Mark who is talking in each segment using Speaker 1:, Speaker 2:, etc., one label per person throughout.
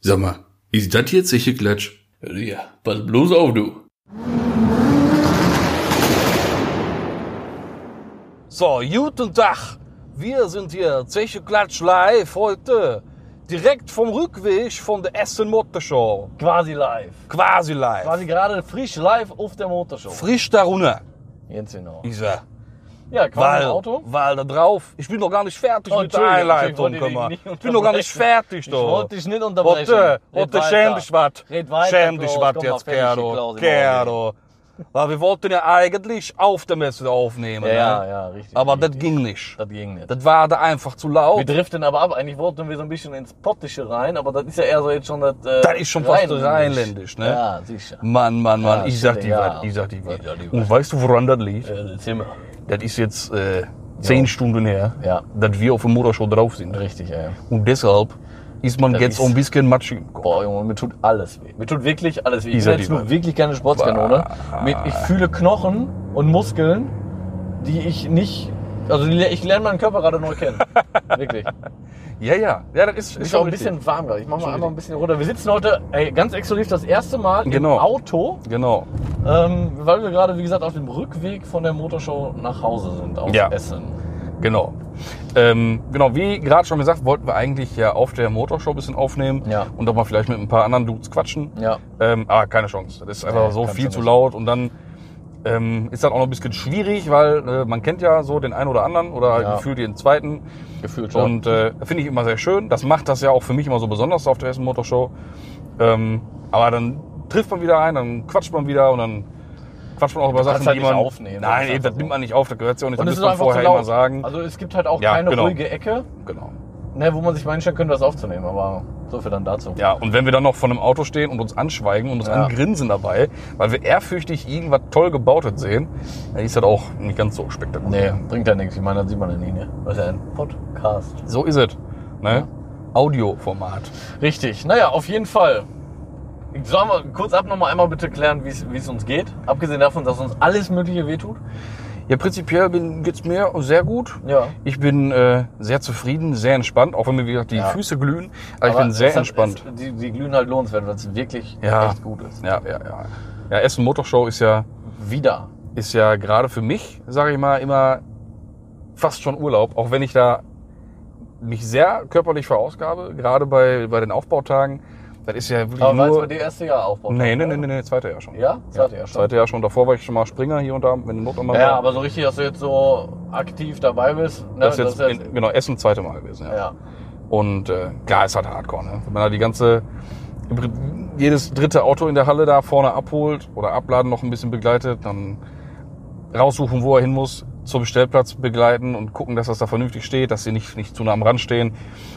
Speaker 1: Sag mal, ist das jetzt sicher Klatsch?
Speaker 2: Ja, pass bloß auf, du.
Speaker 3: So, guten Tag. Wir sind hier, Zeche Klatsch live heute. Direkt vom Rückweg von der Essen Motorshow.
Speaker 4: Quasi live.
Speaker 3: Quasi live.
Speaker 4: Quasi gerade frisch live auf der Motorshow.
Speaker 3: Frisch da runter.
Speaker 4: Jetzt genau.
Speaker 3: Ich sag,
Speaker 4: Ja, quasi
Speaker 3: weil,
Speaker 4: im Auto.
Speaker 3: weil da drauf. Ich bin noch gar nicht fertig
Speaker 4: Oh,
Speaker 3: mit der
Speaker 4: Entschuldigung,
Speaker 3: Einleitung.
Speaker 4: ich wollte
Speaker 3: guck
Speaker 4: dich
Speaker 3: mal.
Speaker 4: nicht
Speaker 3: Ich bin noch gar nicht fertig,
Speaker 4: Ich
Speaker 3: doch.
Speaker 4: wollte dich nicht unterbrechen.
Speaker 3: Otte,
Speaker 4: Red
Speaker 3: Otte,
Speaker 4: weiter.
Speaker 3: schäm dich wat.
Speaker 4: Red weiter,
Speaker 3: Schäm dich
Speaker 4: Klaus,
Speaker 3: wat
Speaker 4: komm mal
Speaker 3: jetzt,
Speaker 4: fertig,
Speaker 3: Kero.
Speaker 4: Klaus, im
Speaker 3: Kero. Weil wir wollten ja eigentlich auf der Messe aufnehmen.
Speaker 4: Ja, ja,
Speaker 3: ne?
Speaker 4: ja, richtig.
Speaker 3: Aber
Speaker 4: richtig.
Speaker 3: das ging nicht.
Speaker 4: das ging nicht.
Speaker 3: Das war da einfach zu
Speaker 4: wir
Speaker 3: laut.
Speaker 4: driften aber ab. Eigentlich wollten wir so ein bisschen ins Pottische rein, aber das ist ja eher so jetzt schon das. Äh,
Speaker 3: Das ist schon fast rheinländisch, ne?
Speaker 4: Ja, sicher.
Speaker 3: Mann, Mann, Mann,
Speaker 4: Ja,
Speaker 3: ich sag dir
Speaker 4: ja.
Speaker 3: was, ich sag dir was.
Speaker 4: Ich sag dir
Speaker 3: Und weißt du, woran das liegt?
Speaker 4: Äh, Zimmer.
Speaker 3: Das ist jetzt äh, zehn Stunden her,
Speaker 4: Ja.
Speaker 3: dass wir auf dem Motorshow drauf sind.
Speaker 4: Richtig, ey.
Speaker 3: Und deshalb ist man
Speaker 4: Das
Speaker 3: jetzt
Speaker 4: ist-
Speaker 3: ein bisschen matschig. im Kopf.
Speaker 4: Boah, Junge, mir tut alles weh. Mir tut wirklich alles weh. Ich
Speaker 3: Isa,
Speaker 4: bin jetzt
Speaker 3: die
Speaker 4: nur
Speaker 3: Wahl.
Speaker 4: wirklich keine Sportskanone. Mit, ich fühle Knochen und Muskeln, die ich nicht. Also die- ich lerne meinen Körper gerade neu kennen. wirklich.
Speaker 3: Ja, ja, ja, das ist, ist
Speaker 4: Ist auch
Speaker 3: schon
Speaker 4: ein
Speaker 3: richtig.
Speaker 4: bisschen warm gerade. Ich mache mal
Speaker 3: Schon
Speaker 4: einmal ein bisschen runter. Wir sitzen heute ey, ganz exklusiv das erste Mal
Speaker 3: Genau.
Speaker 4: im Auto,
Speaker 3: Genau.
Speaker 4: ähm, weil wir gerade, wie gesagt, auf dem Rückweg von der Motorshow nach Hause sind aus
Speaker 3: Ja.
Speaker 4: Essen.
Speaker 3: Genau. Ähm, genau, wie gerade schon gesagt, wollten wir eigentlich ja auf der Motorshow ein bisschen aufnehmen
Speaker 4: Ja.
Speaker 3: und doch mal vielleicht mit ein paar anderen Dudes quatschen.
Speaker 4: Ja.
Speaker 3: Ähm, aber keine Chance. Das ist einfach
Speaker 4: Nee,
Speaker 3: so
Speaker 4: kannst
Speaker 3: viel
Speaker 4: du
Speaker 3: zu
Speaker 4: nicht.
Speaker 3: laut und dann ähm, ist das auch noch ein bisschen schwierig, weil äh, man kennt ja so den einen oder anderen oder
Speaker 4: Ja.
Speaker 3: gefühlt den zweiten.
Speaker 4: Gefühlt schon.
Speaker 3: Und äh, finde ich immer sehr schön. Das macht das ja auch für mich immer so besonders auf der Essen Motorshow. Ähm, aber dann trifft man wieder ein, dann quatscht man wieder und dann quatscht man auch über
Speaker 4: kannst
Speaker 3: Sachen,
Speaker 4: halt
Speaker 3: die
Speaker 4: nicht
Speaker 3: man...
Speaker 4: aufnehmen, das
Speaker 3: Nein,
Speaker 4: ist
Speaker 3: ey,
Speaker 4: einfach
Speaker 3: das
Speaker 4: so.
Speaker 3: nimmt man nicht auf, das gehört ja auch nicht.
Speaker 4: Und
Speaker 3: das
Speaker 4: es ist
Speaker 3: müsste man
Speaker 4: einfach zu
Speaker 3: vorher
Speaker 4: laut.
Speaker 3: immer sagen.
Speaker 4: Also es gibt halt auch
Speaker 3: Ja,
Speaker 4: keine
Speaker 3: genau.
Speaker 4: ruhige Ecke,
Speaker 3: Genau.
Speaker 4: ne, wo man sich mal hinstellen könnte, das aufzunehmen. Aber so viel dann dazu.
Speaker 3: Ja, und wenn wir dann noch vor einem Auto stehen und uns anschweigen und uns
Speaker 4: Ja.
Speaker 3: angrinsen dabei, weil wir ehrfürchtig irgendwas toll gebautes sehen, dann ist das auch nicht ganz so
Speaker 4: Nee,
Speaker 3: spektakulär.
Speaker 4: bringt ja nichts. Ich meine, das sieht man ja nie. Ne? Das ist ja ein Podcast.
Speaker 3: So ist es. Ne? Audioformat.
Speaker 4: Richtig. Naja, auf jeden Fall. Sollen wir kurz ab nochmal einmal bitte klären, wie es wie es uns geht? Abgesehen davon, dass uns alles Mögliche wehtut.
Speaker 3: Ja, prinzipiell bin, geht's mir sehr gut.
Speaker 4: Ja.
Speaker 3: Ich bin äh, sehr zufrieden, sehr entspannt, auch wenn mir, wie gesagt, die
Speaker 4: Ja.
Speaker 3: Füße glühen. Aber, ich
Speaker 4: Aber
Speaker 3: bin sehr
Speaker 4: es hat-
Speaker 3: entspannt.
Speaker 4: Es, die, die glühen halt lohnenswert, weil es wirklich
Speaker 3: Ja.
Speaker 4: echt gut ist.
Speaker 3: Ja, ja, ja. Ja, Essen Motorshow ist ja,
Speaker 4: Wieder.
Speaker 3: ist ja gerade für mich, sage ich mal, immer fast schon Urlaub, auch wenn ich da mich sehr körperlich verausgabe, gerade bei, bei den Aufbautagen. Das ist ja wirklich
Speaker 4: Aber weil es bei
Speaker 3: nur...
Speaker 4: dir erste Jahr aufbaut.
Speaker 3: Nee, nee, nee, nee, nee, zweite Jahr schon.
Speaker 4: Ja? Zweite Jahr schon.
Speaker 3: Zweite Jahr schon. Davor war ich schon mal Springer hier und da, wenn die Not immer
Speaker 4: Ja,
Speaker 3: war.
Speaker 4: aber so richtig, dass du jetzt so aktiv dabei bist. Ne?
Speaker 3: das ist jetzt, in, genau, Essen zweite Mal gewesen, ja.
Speaker 4: ja.
Speaker 3: Und äh, klar, ist halt Hardcore, ne? Wenn man da die ganze, jedes dritte Auto in der Halle da vorne abholt oder abladen noch ein bisschen begleitet, dann raussuchen, wo er hin muss, zum Stellplatz begleiten und gucken, dass das da vernünftig steht, dass sie nicht, nicht zu nah am Rand stehen,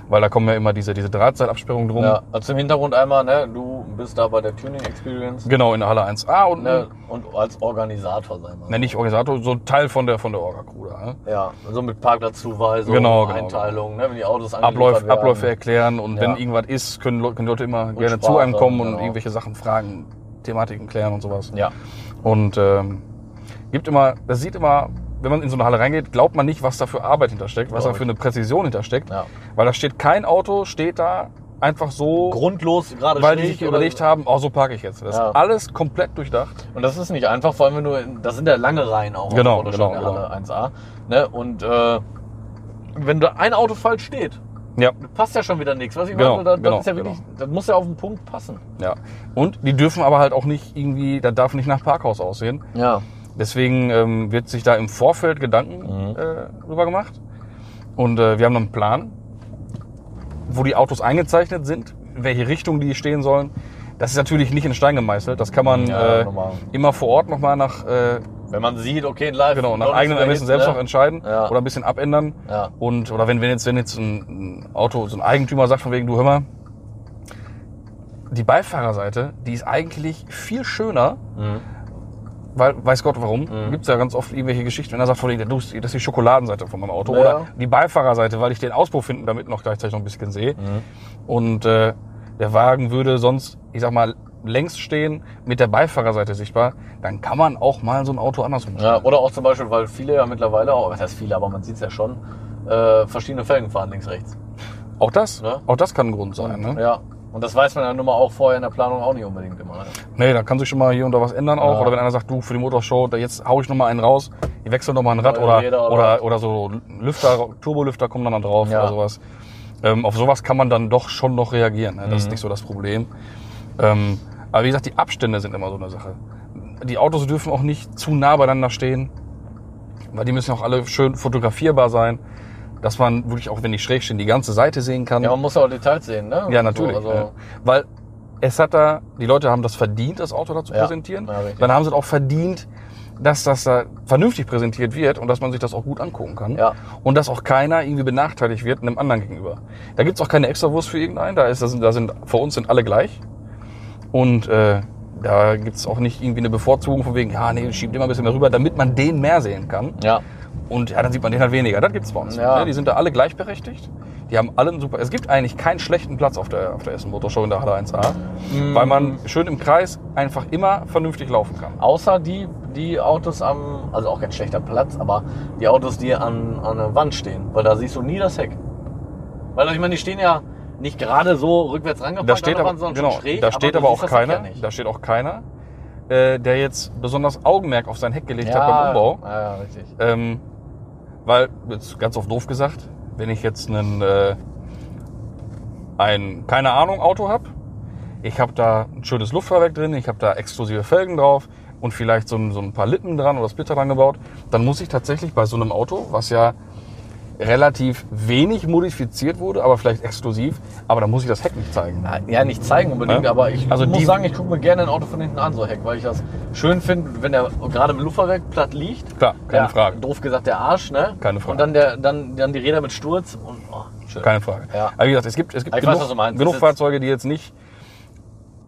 Speaker 3: weil da kommen ja immer diese, diese Drahtseilabsperrungen drum.
Speaker 4: ja. Also im Hintergrund einmal, ne? du bist da bei der Tuning Experience.
Speaker 3: Genau, in der Halle 1a und
Speaker 4: Ne? Und als Organisator, sei mal.
Speaker 3: ne, nicht Organisator, so ein Teil von der, von der Orga-Crew da. Ne?
Speaker 4: Ja, so mit Parkplatzzuweisung,
Speaker 3: Genau, genau,
Speaker 4: Einteilung, ne? wenn die Autos angeliefert
Speaker 3: Abläufe,
Speaker 4: werden.
Speaker 3: Abläufe erklären und wenn
Speaker 4: Ja.
Speaker 3: irgendwas ist, können, Leu- können Leute immer gerne zu
Speaker 4: Sprache,
Speaker 3: einem kommen und
Speaker 4: genau.
Speaker 3: irgendwelche Sachen fragen, Thematiken klären und sowas.
Speaker 4: Ja,
Speaker 3: Und ähm, gibt immer, das sieht immer, wenn man in so eine Halle reingeht, glaubt man nicht, was da für Arbeit hintersteckt, was da
Speaker 4: Glaub
Speaker 3: für eine Präzision hintersteckt.
Speaker 4: Ja.
Speaker 3: Weil da steht kein Auto, steht da einfach so,
Speaker 4: grundlos gerade
Speaker 3: weil die
Speaker 4: schräg
Speaker 3: sich
Speaker 4: oder-
Speaker 3: überlegt haben, oh, so parke ich jetzt. Das
Speaker 4: Ja.
Speaker 3: ist alles komplett durchdacht.
Speaker 4: Und das ist nicht einfach, vor allem wenn du, in- das sind ja lange Reihen auch.
Speaker 3: Genau,
Speaker 4: oder
Speaker 3: genau,
Speaker 4: schon in der Halle 1a. Ne? Und äh, wenn da ein Auto falsch steht,
Speaker 3: Ja.
Speaker 4: passt ja schon wieder nichts. Was ich
Speaker 3: Genau,
Speaker 4: meine, das,
Speaker 3: genau,
Speaker 4: das, ist ja wirklich, das muss ja auf den Punkt passen.
Speaker 3: ja. Und die dürfen aber halt auch nicht irgendwie, da darf nicht nach Parkhaus aussehen.
Speaker 4: Ja.
Speaker 3: Deswegen ähm, wird sich da im Vorfeld Gedanken
Speaker 4: Mhm.
Speaker 3: äh, drüber gemacht. Und äh, wir haben einen Plan, wo die Autos eingezeichnet sind, in welche Richtung die stehen sollen. Das ist natürlich nicht in Stein gemeißelt. Das kann man
Speaker 4: Ja,
Speaker 3: äh,
Speaker 4: normal.
Speaker 3: immer vor Ort nochmal nach, äh,
Speaker 4: Wenn man sieht, okay, live.
Speaker 3: genau, nach
Speaker 4: noch nicht
Speaker 3: eigenem
Speaker 4: so weit
Speaker 3: Ermessen
Speaker 4: hin,
Speaker 3: selbst
Speaker 4: ne?
Speaker 3: noch entscheiden
Speaker 4: Ja.
Speaker 3: oder ein bisschen abändern.
Speaker 4: Ja.
Speaker 3: Und, oder wenn, wenn jetzt, wenn jetzt ein, ein Auto, so ein Eigentümer sagt von wegen, du hör mal, die Beifahrerseite, die ist eigentlich viel schöner,
Speaker 4: Mhm.
Speaker 3: weil, weiß Gott warum, gibt's ja ganz oft irgendwelche Geschichten, wenn er sagt, von wegen, du, das ist die Schokoladenseite von meinem Auto
Speaker 4: Ja.
Speaker 3: oder die Beifahrerseite, weil ich den Auspuff hinten damit noch gleichzeitig noch ein bisschen sehe.
Speaker 4: Mhm.
Speaker 3: Und äh, der Wagen würde sonst, ich sag mal, längs stehen, mit der Beifahrerseite sichtbar, dann kann man auch mal so ein Auto andersrum
Speaker 4: Ja, oder auch zum Beispiel, weil viele ja mittlerweile, auch, was heißt viele, aber man sieht es ja schon, äh, verschiedene Felgen fahren links, rechts.
Speaker 3: Auch das,
Speaker 4: Ne?
Speaker 3: auch das kann ein Grund sein. Ne?
Speaker 4: Ja. Und das weiß man ja nun mal auch vorher in der Planung auch nicht unbedingt immer. ne?
Speaker 3: Nee, da kann sich schon mal hier und da was ändern auch. Oder wenn einer sagt, du, für die Motorshow, da jetzt hau ich nochmal einen raus, ich wechsle nochmal ein Rad
Speaker 4: Neue
Speaker 3: oder,
Speaker 4: Räder
Speaker 3: oder,
Speaker 4: oder
Speaker 3: oder, so Lüfter, Turbolüfter kommen dann da drauf
Speaker 4: Ja.
Speaker 3: oder sowas. Ähm, auf sowas kann man dann doch schon noch reagieren. Ne? Das
Speaker 4: Mhm.
Speaker 3: ist nicht so das Problem. Ähm, aber wie gesagt, die Abstände sind immer so eine Sache. Die Autos dürfen auch nicht zu nah beieinander stehen, weil die müssen auch alle schön fotografierbar sein, dass man wirklich auch, wenn die schräg stehen, die ganze Seite sehen kann.
Speaker 4: Ja, man muss ja auch Details sehen, ne?
Speaker 3: Ja, natürlich.
Speaker 4: So,
Speaker 3: ja.
Speaker 4: also,
Speaker 3: Weil es hat da, die Leute haben das verdient, das Auto da zu
Speaker 4: Ja,
Speaker 3: präsentieren.
Speaker 4: ja, richtig.
Speaker 3: Dann haben sie es auch verdient, dass das da vernünftig präsentiert wird und dass man sich das auch gut angucken kann.
Speaker 4: Ja.
Speaker 3: Und dass auch keiner irgendwie benachteiligt wird einem anderen gegenüber. Da gibt's auch keine Extrawurst für irgendeinen. Da, ist, das, da sind, vor uns sind alle gleich. Und äh, da gibt's auch nicht irgendwie eine Bevorzugung von wegen, ja, nee, schiebt immer ein bisschen mehr rüber, damit man den mehr sehen kann.
Speaker 4: ja.
Speaker 3: Und ja, dann sieht man den halt weniger. Das gibt's bei uns.
Speaker 4: Ja.
Speaker 3: Ne? Die sind da alle gleichberechtigt. Die haben alle einen super. Es gibt eigentlich keinen schlechten Platz auf der, auf der Essen Motorshow in der Halle 1a,
Speaker 4: Mhm.
Speaker 3: weil man schön im Kreis einfach immer vernünftig laufen kann.
Speaker 4: Außer die, die Autos am, also auch kein schlechter Platz, aber die Autos, die an, an der Wand stehen, weil da siehst du nie das Heck. Weil ich meine, die stehen ja nicht gerade so rückwärts rangepackt,
Speaker 3: Da steht
Speaker 4: an der
Speaker 3: aber,
Speaker 4: Wand, sondern schon
Speaker 3: genau,
Speaker 4: schräg,
Speaker 3: da steht
Speaker 4: du
Speaker 3: aber,
Speaker 4: siehst
Speaker 3: auch
Speaker 4: das Heck
Speaker 3: keiner,
Speaker 4: Ja, nicht.
Speaker 3: da steht auch keiner, äh, der jetzt besonders Augenmerk auf sein Heck gelegt hat beim Umbau.
Speaker 4: Ja, ja, richtig.
Speaker 3: Ähm, weil, jetzt ganz oft doof gesagt, wenn ich jetzt einen, äh, ein, keine Ahnung, Auto habe, ich habe da ein schönes Luftfahrwerk drin, ich habe da exklusive Felgen drauf und vielleicht so, ein- so ein paar Lippen dran oder Splitter dran gebaut, dann muss ich tatsächlich bei so einem Auto, was ja relativ wenig modifiziert wurde, aber vielleicht exklusiv, aber da muss ich das Heck nicht zeigen.
Speaker 4: Na, Äh, Ja, nicht zeigen unbedingt,
Speaker 3: Ja.
Speaker 4: aber ich
Speaker 3: Also
Speaker 4: muss
Speaker 3: die-
Speaker 4: sagen, ich gucke mir gerne ein Auto von hinten an, so Heck, weil ich das schön finde, wenn der gerade im Luftfahrwerk platt liegt.
Speaker 3: Klar, keine
Speaker 4: der,
Speaker 3: Frage.
Speaker 4: Doof gesagt, der Arsch, ne?
Speaker 3: Keine Frage.
Speaker 4: Und dann, der, dann, dann die Räder mit Sturz und oh, schön.
Speaker 3: Keine Frage.
Speaker 4: Ja.
Speaker 3: Aber wie gesagt, es gibt, es gibt
Speaker 4: Ich weiß,
Speaker 3: genug,
Speaker 4: was du meinst.
Speaker 3: genug
Speaker 4: Das ist-
Speaker 3: Fahrzeuge, die jetzt nicht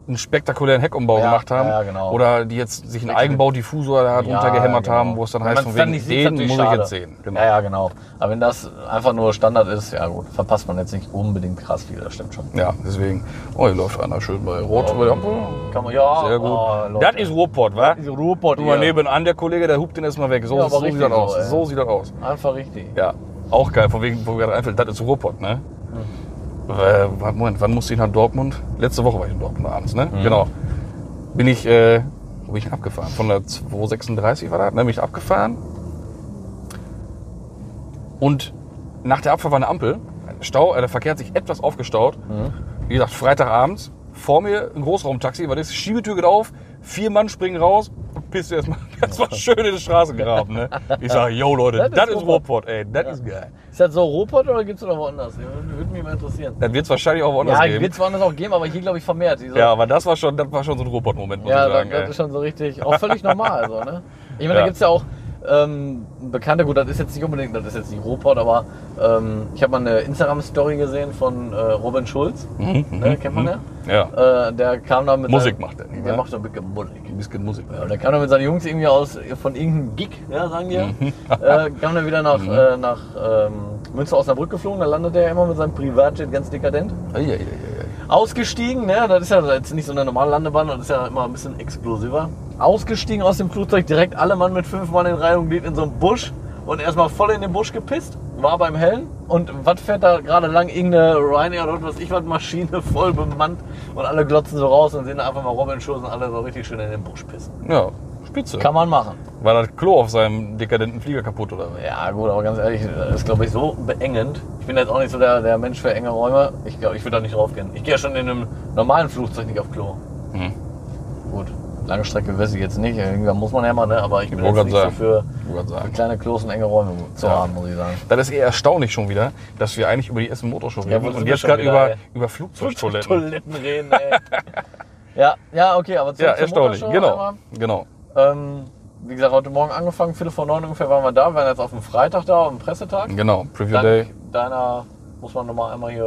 Speaker 3: einen spektakulären Heckumbau
Speaker 4: Ja,
Speaker 3: gemacht haben.
Speaker 4: ja, genau.
Speaker 3: Oder die jetzt sich einen
Speaker 4: Wechsel-
Speaker 3: Eigenbaudiffusor da drunter gehämmert
Speaker 4: genau.
Speaker 3: haben, wo es dann
Speaker 4: Wenn
Speaker 3: heißt,
Speaker 4: man's
Speaker 3: von
Speaker 4: dann
Speaker 3: wegen,
Speaker 4: nicht sieht, ist
Speaker 3: den
Speaker 4: natürlich
Speaker 3: muss
Speaker 4: schade.
Speaker 3: ich jetzt sehen. Genau.
Speaker 4: Ja, ja, genau. Aber wenn das einfach nur Standard ist, ja gut, verpasst man jetzt nicht unbedingt krass viel, das stimmt schon.
Speaker 3: Ja, deswegen. Oh, hier läuft einer schön bei Rot über die Ampel.
Speaker 4: Kann man, ja,
Speaker 3: Sehr gut.
Speaker 4: Oh, Leute.
Speaker 3: das ist Ruhrpott, wa?
Speaker 4: Das ist Ruhrpott
Speaker 3: Du mal
Speaker 4: hier.
Speaker 3: nebenan, der Kollege, der hupt den erstmal weg. So,
Speaker 4: Ja, aber
Speaker 3: so sieht
Speaker 4: richtig
Speaker 3: das aus.
Speaker 4: so, ey.
Speaker 3: So sieht das aus.
Speaker 4: Einfach richtig.
Speaker 3: Ja, auch geil. Von wegen, wo mir gerade einfällt, das ist Ruhrpott, ne? Äh, warte, Moment, wann musste ich nach Dortmund? Letzte Woche war ich in Dortmund abends, ne?
Speaker 4: Mhm.
Speaker 3: Genau. Bin ich, äh, wo bin ich denn abgefahren? Von der 236 war das, ne? Bin ich abgefahren. Und nach der Abfahrt war eine Ampel. Stau, äh, der Verkehr hat sich etwas aufgestaut.
Speaker 4: Mhm.
Speaker 3: Wie gesagt, Freitagabends, vor mir ein Großraumtaxi, weil das Schiebetür geht auf, vier Mann springen raus und pisst erstmal erstmal schön in den Straßengraben. Ne? Ich sage, yo Leute,
Speaker 4: Das ist
Speaker 3: das ist
Speaker 4: Ruhrpott.
Speaker 3: Ruhrpott, ey, das ist geil.
Speaker 4: Ist das so Ruhrpott oder gibt es noch woanders? Würde mich mal interessieren.
Speaker 3: Das wird es wahrscheinlich auch woanders
Speaker 4: Ja,
Speaker 3: geben.
Speaker 4: wird es woanders auch geben, aber hier glaube ich vermehrt. Diese,
Speaker 3: Ja, aber das war schon, das war schon so ein Ruhrpott-Moment, muss
Speaker 4: ja
Speaker 3: ich
Speaker 4: das,
Speaker 3: sagen.
Speaker 4: das
Speaker 3: ey.
Speaker 4: ist schon so richtig. Auch völlig normal. So, ne? Ich meine,
Speaker 3: Ja.
Speaker 4: da gibt es ja auch ähm, Bekannte, gut, das ist jetzt nicht unbedingt, das ist jetzt nicht Ruhrpott, aber ähm, ich habe mal eine Instagram-Story gesehen von äh, Robin Schulz. ne, kennt man
Speaker 3: Ja.
Speaker 4: ja? Äh, der kam da mit.
Speaker 3: Mhm, Musik
Speaker 4: seinen-
Speaker 3: macht er nicht,
Speaker 4: Der
Speaker 3: ne?
Speaker 4: macht so ein bisschen Musik.
Speaker 3: Ein bisschen Musik.
Speaker 4: Ja, und dann kam er mit seinen Jungs irgendwie aus von irgendeinem Gig, ja, sagen wir.
Speaker 3: Mhm.
Speaker 4: äh, kam dann wieder nach, äh, nach ähm, Münster Osnabrück geflogen, da landet er ja immer mit seinem Privatjet ganz dekadent.
Speaker 3: Eieieiei.
Speaker 4: Ausgestiegen, ne? Das ist ja jetzt nicht so eine normale Landebahn, das ist ja immer ein bisschen explosiver. Ausgestiegen aus dem Flugzeug, direkt alle Mann mit fünf Mann in Reihe und geht in so einen Busch und erstmal voll in den Busch gepisst, war beim Hellen. Und was fährt da gerade lang? Irgendeine Ryanair oder was weiß ich was Maschine voll bemannt und alle glotzen so raus und sehen da einfach mal Robin Schulz und alle so richtig schön in den Busch pissen.
Speaker 3: Ja, spitze.
Speaker 4: Kann man machen.
Speaker 3: War das Klo auf seinem dekadenten Flieger kaputt oder was?
Speaker 4: Ja, gut, aber ganz ehrlich, das ist, glaube ich, so beengend. Ich bin jetzt auch nicht so der, der Mensch für enge Räume. Ich glaube, ich würde da nicht drauf gehen. Ich gehe ja schon in einem normalen Flugzeug nicht auf Klo.
Speaker 3: Hm.
Speaker 4: Gut, lange Strecke weiß ich jetzt nicht. Irgendwann muss man ja mal, ne? Aber ich bin
Speaker 3: wollte
Speaker 4: jetzt nicht
Speaker 3: gerade
Speaker 4: so für,
Speaker 3: Ich wollte gerade
Speaker 4: für
Speaker 3: sagen.
Speaker 4: kleine Klos und enge Räume zu
Speaker 3: Ja.
Speaker 4: haben, muss ich sagen.
Speaker 3: Das ist eher erstaunlich schon wieder, dass wir eigentlich über die Essen Motorshow
Speaker 4: Ja,
Speaker 3: reden
Speaker 4: wo sind
Speaker 3: und
Speaker 4: wir
Speaker 3: jetzt
Speaker 4: schon
Speaker 3: gerade
Speaker 4: wieder,
Speaker 3: über,
Speaker 4: ey?
Speaker 3: über Flugzeugtoiletten.
Speaker 4: Toiletten reden, ey. ja, ja, okay, aber zurück
Speaker 3: Ja,
Speaker 4: zur
Speaker 3: erstaunlich,
Speaker 4: Motorshow
Speaker 3: genau.
Speaker 4: einmal.
Speaker 3: genau.
Speaker 4: Ähm, wie gesagt, heute Morgen angefangen, Viertel vor neun ungefähr waren wir da. Wir waren jetzt auf dem Freitag da, auf dem Pressetag.
Speaker 3: Genau, Preview Day.
Speaker 4: Dank deiner, muss man nochmal einmal hier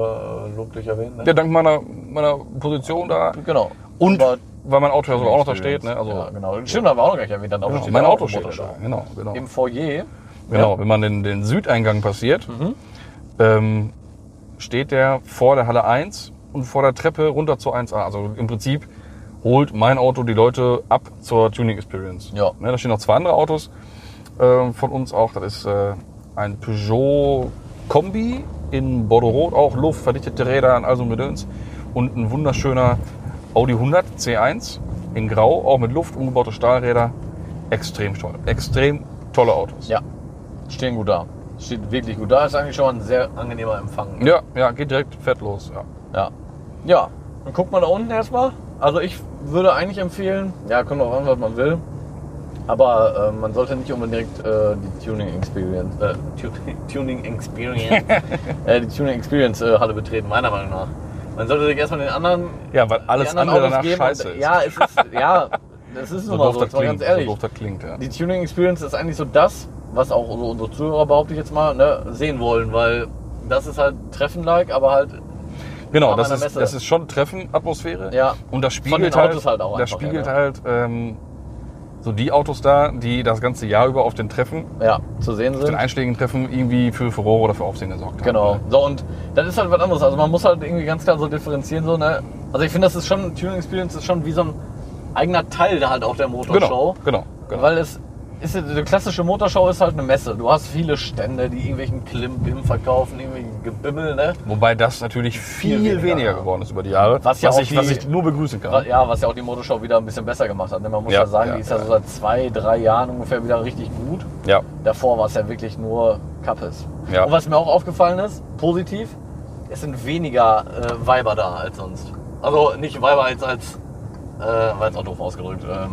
Speaker 4: äh, loblich erwähnen. Ne?
Speaker 3: Ja, dank meiner, meiner Position da.
Speaker 4: Genau.
Speaker 3: Und
Speaker 4: Aber-
Speaker 3: weil mein Auto ja sogar auch noch da steht. Ne? Also,
Speaker 4: ja, genau. Stimmt, haben wir auch noch gar nicht erwähnt. Dann
Speaker 3: genau,
Speaker 4: steht
Speaker 3: mein
Speaker 4: da auch
Speaker 3: Auto
Speaker 4: eine
Speaker 3: steht
Speaker 4: Motorshow.
Speaker 3: da. Genau, genau.
Speaker 4: Im Foyer.
Speaker 3: genau. Wenn man den, den Südeingang passiert, ähm, steht der vor der Halle 1 und vor der Treppe runter zur 1a. Also im Prinzip holt mein Auto die Leute ab zur Tuning Experience.
Speaker 4: Ja.
Speaker 3: Ne, da stehen noch zwei andere Autos ähm, von uns auch. Das ist äh, ein Peugeot Kombi in Bordeaux, auch luftverdichtete Räder und all so ein Gedöns. und ein wunderschöner Audi 100 C1 in Grau, auch mit Luft, umgebaute Stahlräder. Extrem toll. Extrem tolle Autos.
Speaker 4: Ja. Stehen gut da. Steht wirklich gut da. Ist eigentlich schon mal ein sehr angenehmer Empfang.
Speaker 3: Ja, ja, geht direkt fett los. Ja.
Speaker 4: Ja. Ja. Dann guckt man da unten erstmal. Also ich würde eigentlich empfehlen, ja, kommt auch an, was man will. Aber äh, man sollte nicht unbedingt äh, die Tuning Experience, äh, Tu- Tuning Experience, äh, die Tuning Experience äh, Halle betreten, meiner Meinung nach. Man sollte sich erstmal den anderen,
Speaker 3: Ja, weil alles
Speaker 4: die anderen
Speaker 3: andere
Speaker 4: Autos
Speaker 3: danach
Speaker 4: geben
Speaker 3: scheiße
Speaker 4: und,
Speaker 3: ist.
Speaker 4: Ja, es ist, ja, das ist
Speaker 3: so
Speaker 4: nun mal
Speaker 3: doof
Speaker 4: so,
Speaker 3: das
Speaker 4: jetzt mal
Speaker 3: klingt.
Speaker 4: ganz ehrlich.
Speaker 3: So doof das klingt, ja.
Speaker 4: Die Tuning Experience ist eigentlich so das, was auch so unsere Zuhörer, behaupte ich jetzt mal, ne, sehen wollen, weil das ist halt Treffen-like, aber halt
Speaker 3: Genau,
Speaker 4: War
Speaker 3: das
Speaker 4: bei
Speaker 3: ist,
Speaker 4: einer Messe.
Speaker 3: das ist schon Treffenatmosphäre.
Speaker 4: Ja.
Speaker 3: Und das
Speaker 4: den
Speaker 3: spiegelt halt,
Speaker 4: Autos halt auch
Speaker 3: das
Speaker 4: einfach,
Speaker 3: spiegelt
Speaker 4: ja, ne?
Speaker 3: halt ähm, so die Autos da, die das ganze Jahr über auf den Treffen,
Speaker 4: ja, zu sehen
Speaker 3: auf den
Speaker 4: sind.
Speaker 3: einschlägigen Treffen irgendwie für Furore oder für Aufsehen gesorgt haben.
Speaker 4: Genau.
Speaker 3: ne?
Speaker 4: So, und das ist halt was anderes. Also man muss halt irgendwie ganz klar so differenzieren. So, ne? Also ich finde, das ist schon, Tuning Experience ist schon wie so ein eigener Teil da halt auch der Motorshow.
Speaker 3: Genau, genau, genau.
Speaker 4: Weil es ist, ja- die klassische Motorshow ist halt eine Messe. Du hast viele Stände, die irgendwelchen Klimbim verkaufen, irgendwelchen Gebimmel, ne?
Speaker 3: Wobei das natürlich viel,
Speaker 4: Viel weniger,
Speaker 3: weniger,
Speaker 4: ja.
Speaker 3: geworden ist über die Jahre,
Speaker 4: Was ja auch
Speaker 3: ich,
Speaker 4: die-
Speaker 3: was ich nur begrüßen kann.
Speaker 4: Wa- Ja, was ja auch die Motorshow wieder ein bisschen besser gemacht hat. ne? Man muss ja,
Speaker 3: Ja,
Speaker 4: sagen,
Speaker 3: ja,
Speaker 4: die ist ja,
Speaker 3: ja.
Speaker 4: so seit zwei, drei Jahren ungefähr wieder richtig gut.
Speaker 3: ja.
Speaker 4: Davor war es ja wirklich nur Kappes.
Speaker 3: Ja.
Speaker 4: Und was mir auch aufgefallen ist, positiv, es sind weniger äh, Weiber da als sonst. Also nicht Weiber als, als äh, war jetzt auch doof ausgedrückt. Ähm,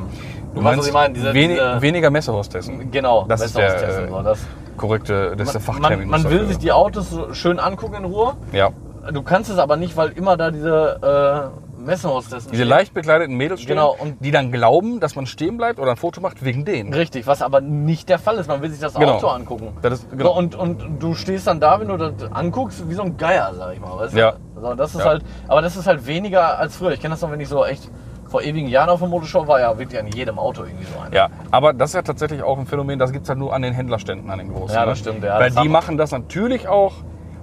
Speaker 4: du weißt, was ich meine? Diese,
Speaker 3: Wenig-
Speaker 4: diese,
Speaker 3: weniger Messerhostessen.
Speaker 4: genau,
Speaker 3: das ist
Speaker 4: Messer
Speaker 3: der,
Speaker 4: austesten,
Speaker 3: äh,
Speaker 4: so, das,
Speaker 3: Korrekte, das ist der
Speaker 4: man, man,
Speaker 3: Fachterminus
Speaker 4: man will
Speaker 3: dafür.
Speaker 4: sich die Autos so schön angucken in Ruhe.
Speaker 3: Ja.
Speaker 4: Du kannst es aber nicht, weil immer da diese äh, Messenhostessen
Speaker 3: Diese
Speaker 4: stehen.
Speaker 3: leicht bekleideten Mädels stehen,
Speaker 4: Genau, und-
Speaker 3: die dann glauben, dass man stehen bleibt oder ein Foto macht wegen denen.
Speaker 4: Richtig, was aber nicht der Fall ist. Man will sich das
Speaker 3: Genau.
Speaker 4: Auto angucken.
Speaker 3: Das ist- genau.
Speaker 4: so, und, und du stehst dann da, wenn du das anguckst, wie so ein Geier, sag ich mal. Weißt du?
Speaker 3: Ja.
Speaker 4: So, das ist
Speaker 3: Ja.
Speaker 4: halt, aber das ist halt weniger als früher. Ich kenne das noch, wenn ich so echt vor ewigen Jahren auf dem Motorshow war, ja wirklich an jedem Auto irgendwie so ein.
Speaker 3: Ja, aber das ist ja tatsächlich auch ein Phänomen, das gibt's halt nur an den Händlerständen, an den großen.
Speaker 4: Ja,
Speaker 3: ne?
Speaker 4: das stimmt, ja,
Speaker 3: Weil
Speaker 4: das
Speaker 3: die
Speaker 4: haben wir.
Speaker 3: machen das natürlich auch,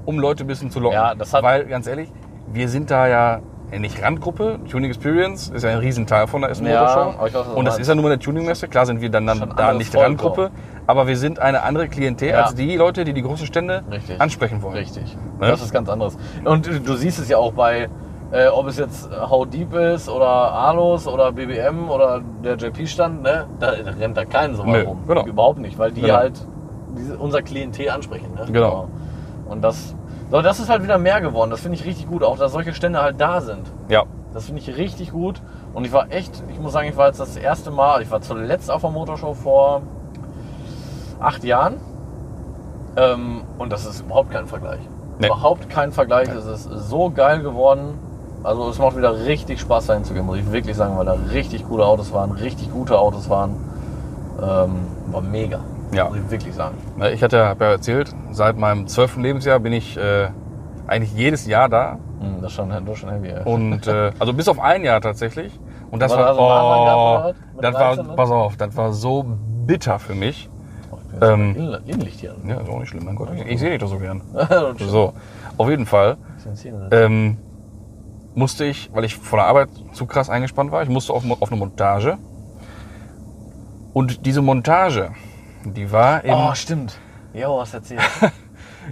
Speaker 3: um Leute ein bisschen zu locken.
Speaker 4: Ja, das hat-
Speaker 3: Weil, ganz ehrlich, wir sind da ja nicht Randgruppe. Tuning Experience ist ja ein Riesenteil von der Essen
Speaker 4: Ja,
Speaker 3: Motorshow.
Speaker 4: aber ich weiß, was du
Speaker 3: Und das
Speaker 4: meinst.
Speaker 3: ist ja nur mal eine Tuningmesse. Klar sind wir dann,
Speaker 4: Schon
Speaker 3: dann da
Speaker 4: anderes
Speaker 3: nicht
Speaker 4: Volk,
Speaker 3: Randgruppe, aber wir sind eine andere Klientel
Speaker 4: Ja.
Speaker 3: als die Leute, die die großen Stände
Speaker 4: Richtig.
Speaker 3: ansprechen wollen.
Speaker 4: Richtig.
Speaker 3: Ne?
Speaker 4: Das ist ganz anderes. Und äh, du siehst es ja auch bei, äh, ob es jetzt How Deep ist oder Alos oder BBM oder der JP-Stand, ne? da rennt da kein so
Speaker 3: Nö,
Speaker 4: rum.
Speaker 3: genau.
Speaker 4: Überhaupt nicht, weil die
Speaker 3: Genau.
Speaker 4: halt diese, unser Klientel ansprechen. Ne?
Speaker 3: Genau.
Speaker 4: Und das, so, das ist halt wieder mehr geworden. Das finde ich richtig gut, auch dass solche Stände halt da sind.
Speaker 3: Ja.
Speaker 4: Das finde ich richtig gut. Und ich war echt, ich muss sagen, ich war jetzt das erste Mal, ich war zuletzt auf der Motorshow vor acht Jahren. Ähm, und das ist überhaupt kein Vergleich.
Speaker 3: Nee.
Speaker 4: Überhaupt kein Vergleich. Es ist so geil geworden. Also es macht wieder richtig Spaß dahin zu gehen, muss ich wirklich sagen, weil da richtig coole Autos waren, richtig gute Autos waren. Ähm, war mega.
Speaker 3: Ja.
Speaker 4: Muss ich wirklich sagen.
Speaker 3: Na, Ich hatte ja hab ja erzählt, seit meinem zwölften Lebensjahr bin ich äh, eigentlich jedes Jahr da.
Speaker 4: Hm, das ist schon, das ist schon heavy. ey.
Speaker 3: Und äh, also bis auf ein Jahr tatsächlich. Und das
Speaker 4: Aber da hast du
Speaker 3: war,
Speaker 4: einen
Speaker 3: oh,
Speaker 4: Anfang gehabt, oder was? Mit
Speaker 3: das war,
Speaker 4: 13, ne?
Speaker 3: pass auf, das war so bitter für mich.
Speaker 4: Ich bin jetzt
Speaker 3: ähm,
Speaker 4: in- Innenlicht hier.
Speaker 3: Ja, ist auch nicht schlimm, mein Gott. Ich, ich sehe dich doch so gern.
Speaker 4: Und schon
Speaker 3: So, auf jeden Fall
Speaker 4: ein bisschen Szene.
Speaker 3: ähm, musste ich, weil ich von der Arbeit zu krass eingespannt war, ich musste auf, auf eine Montage. Und diese Montage, die war in,
Speaker 4: Oh, stimmt. Jo, hast erzählt.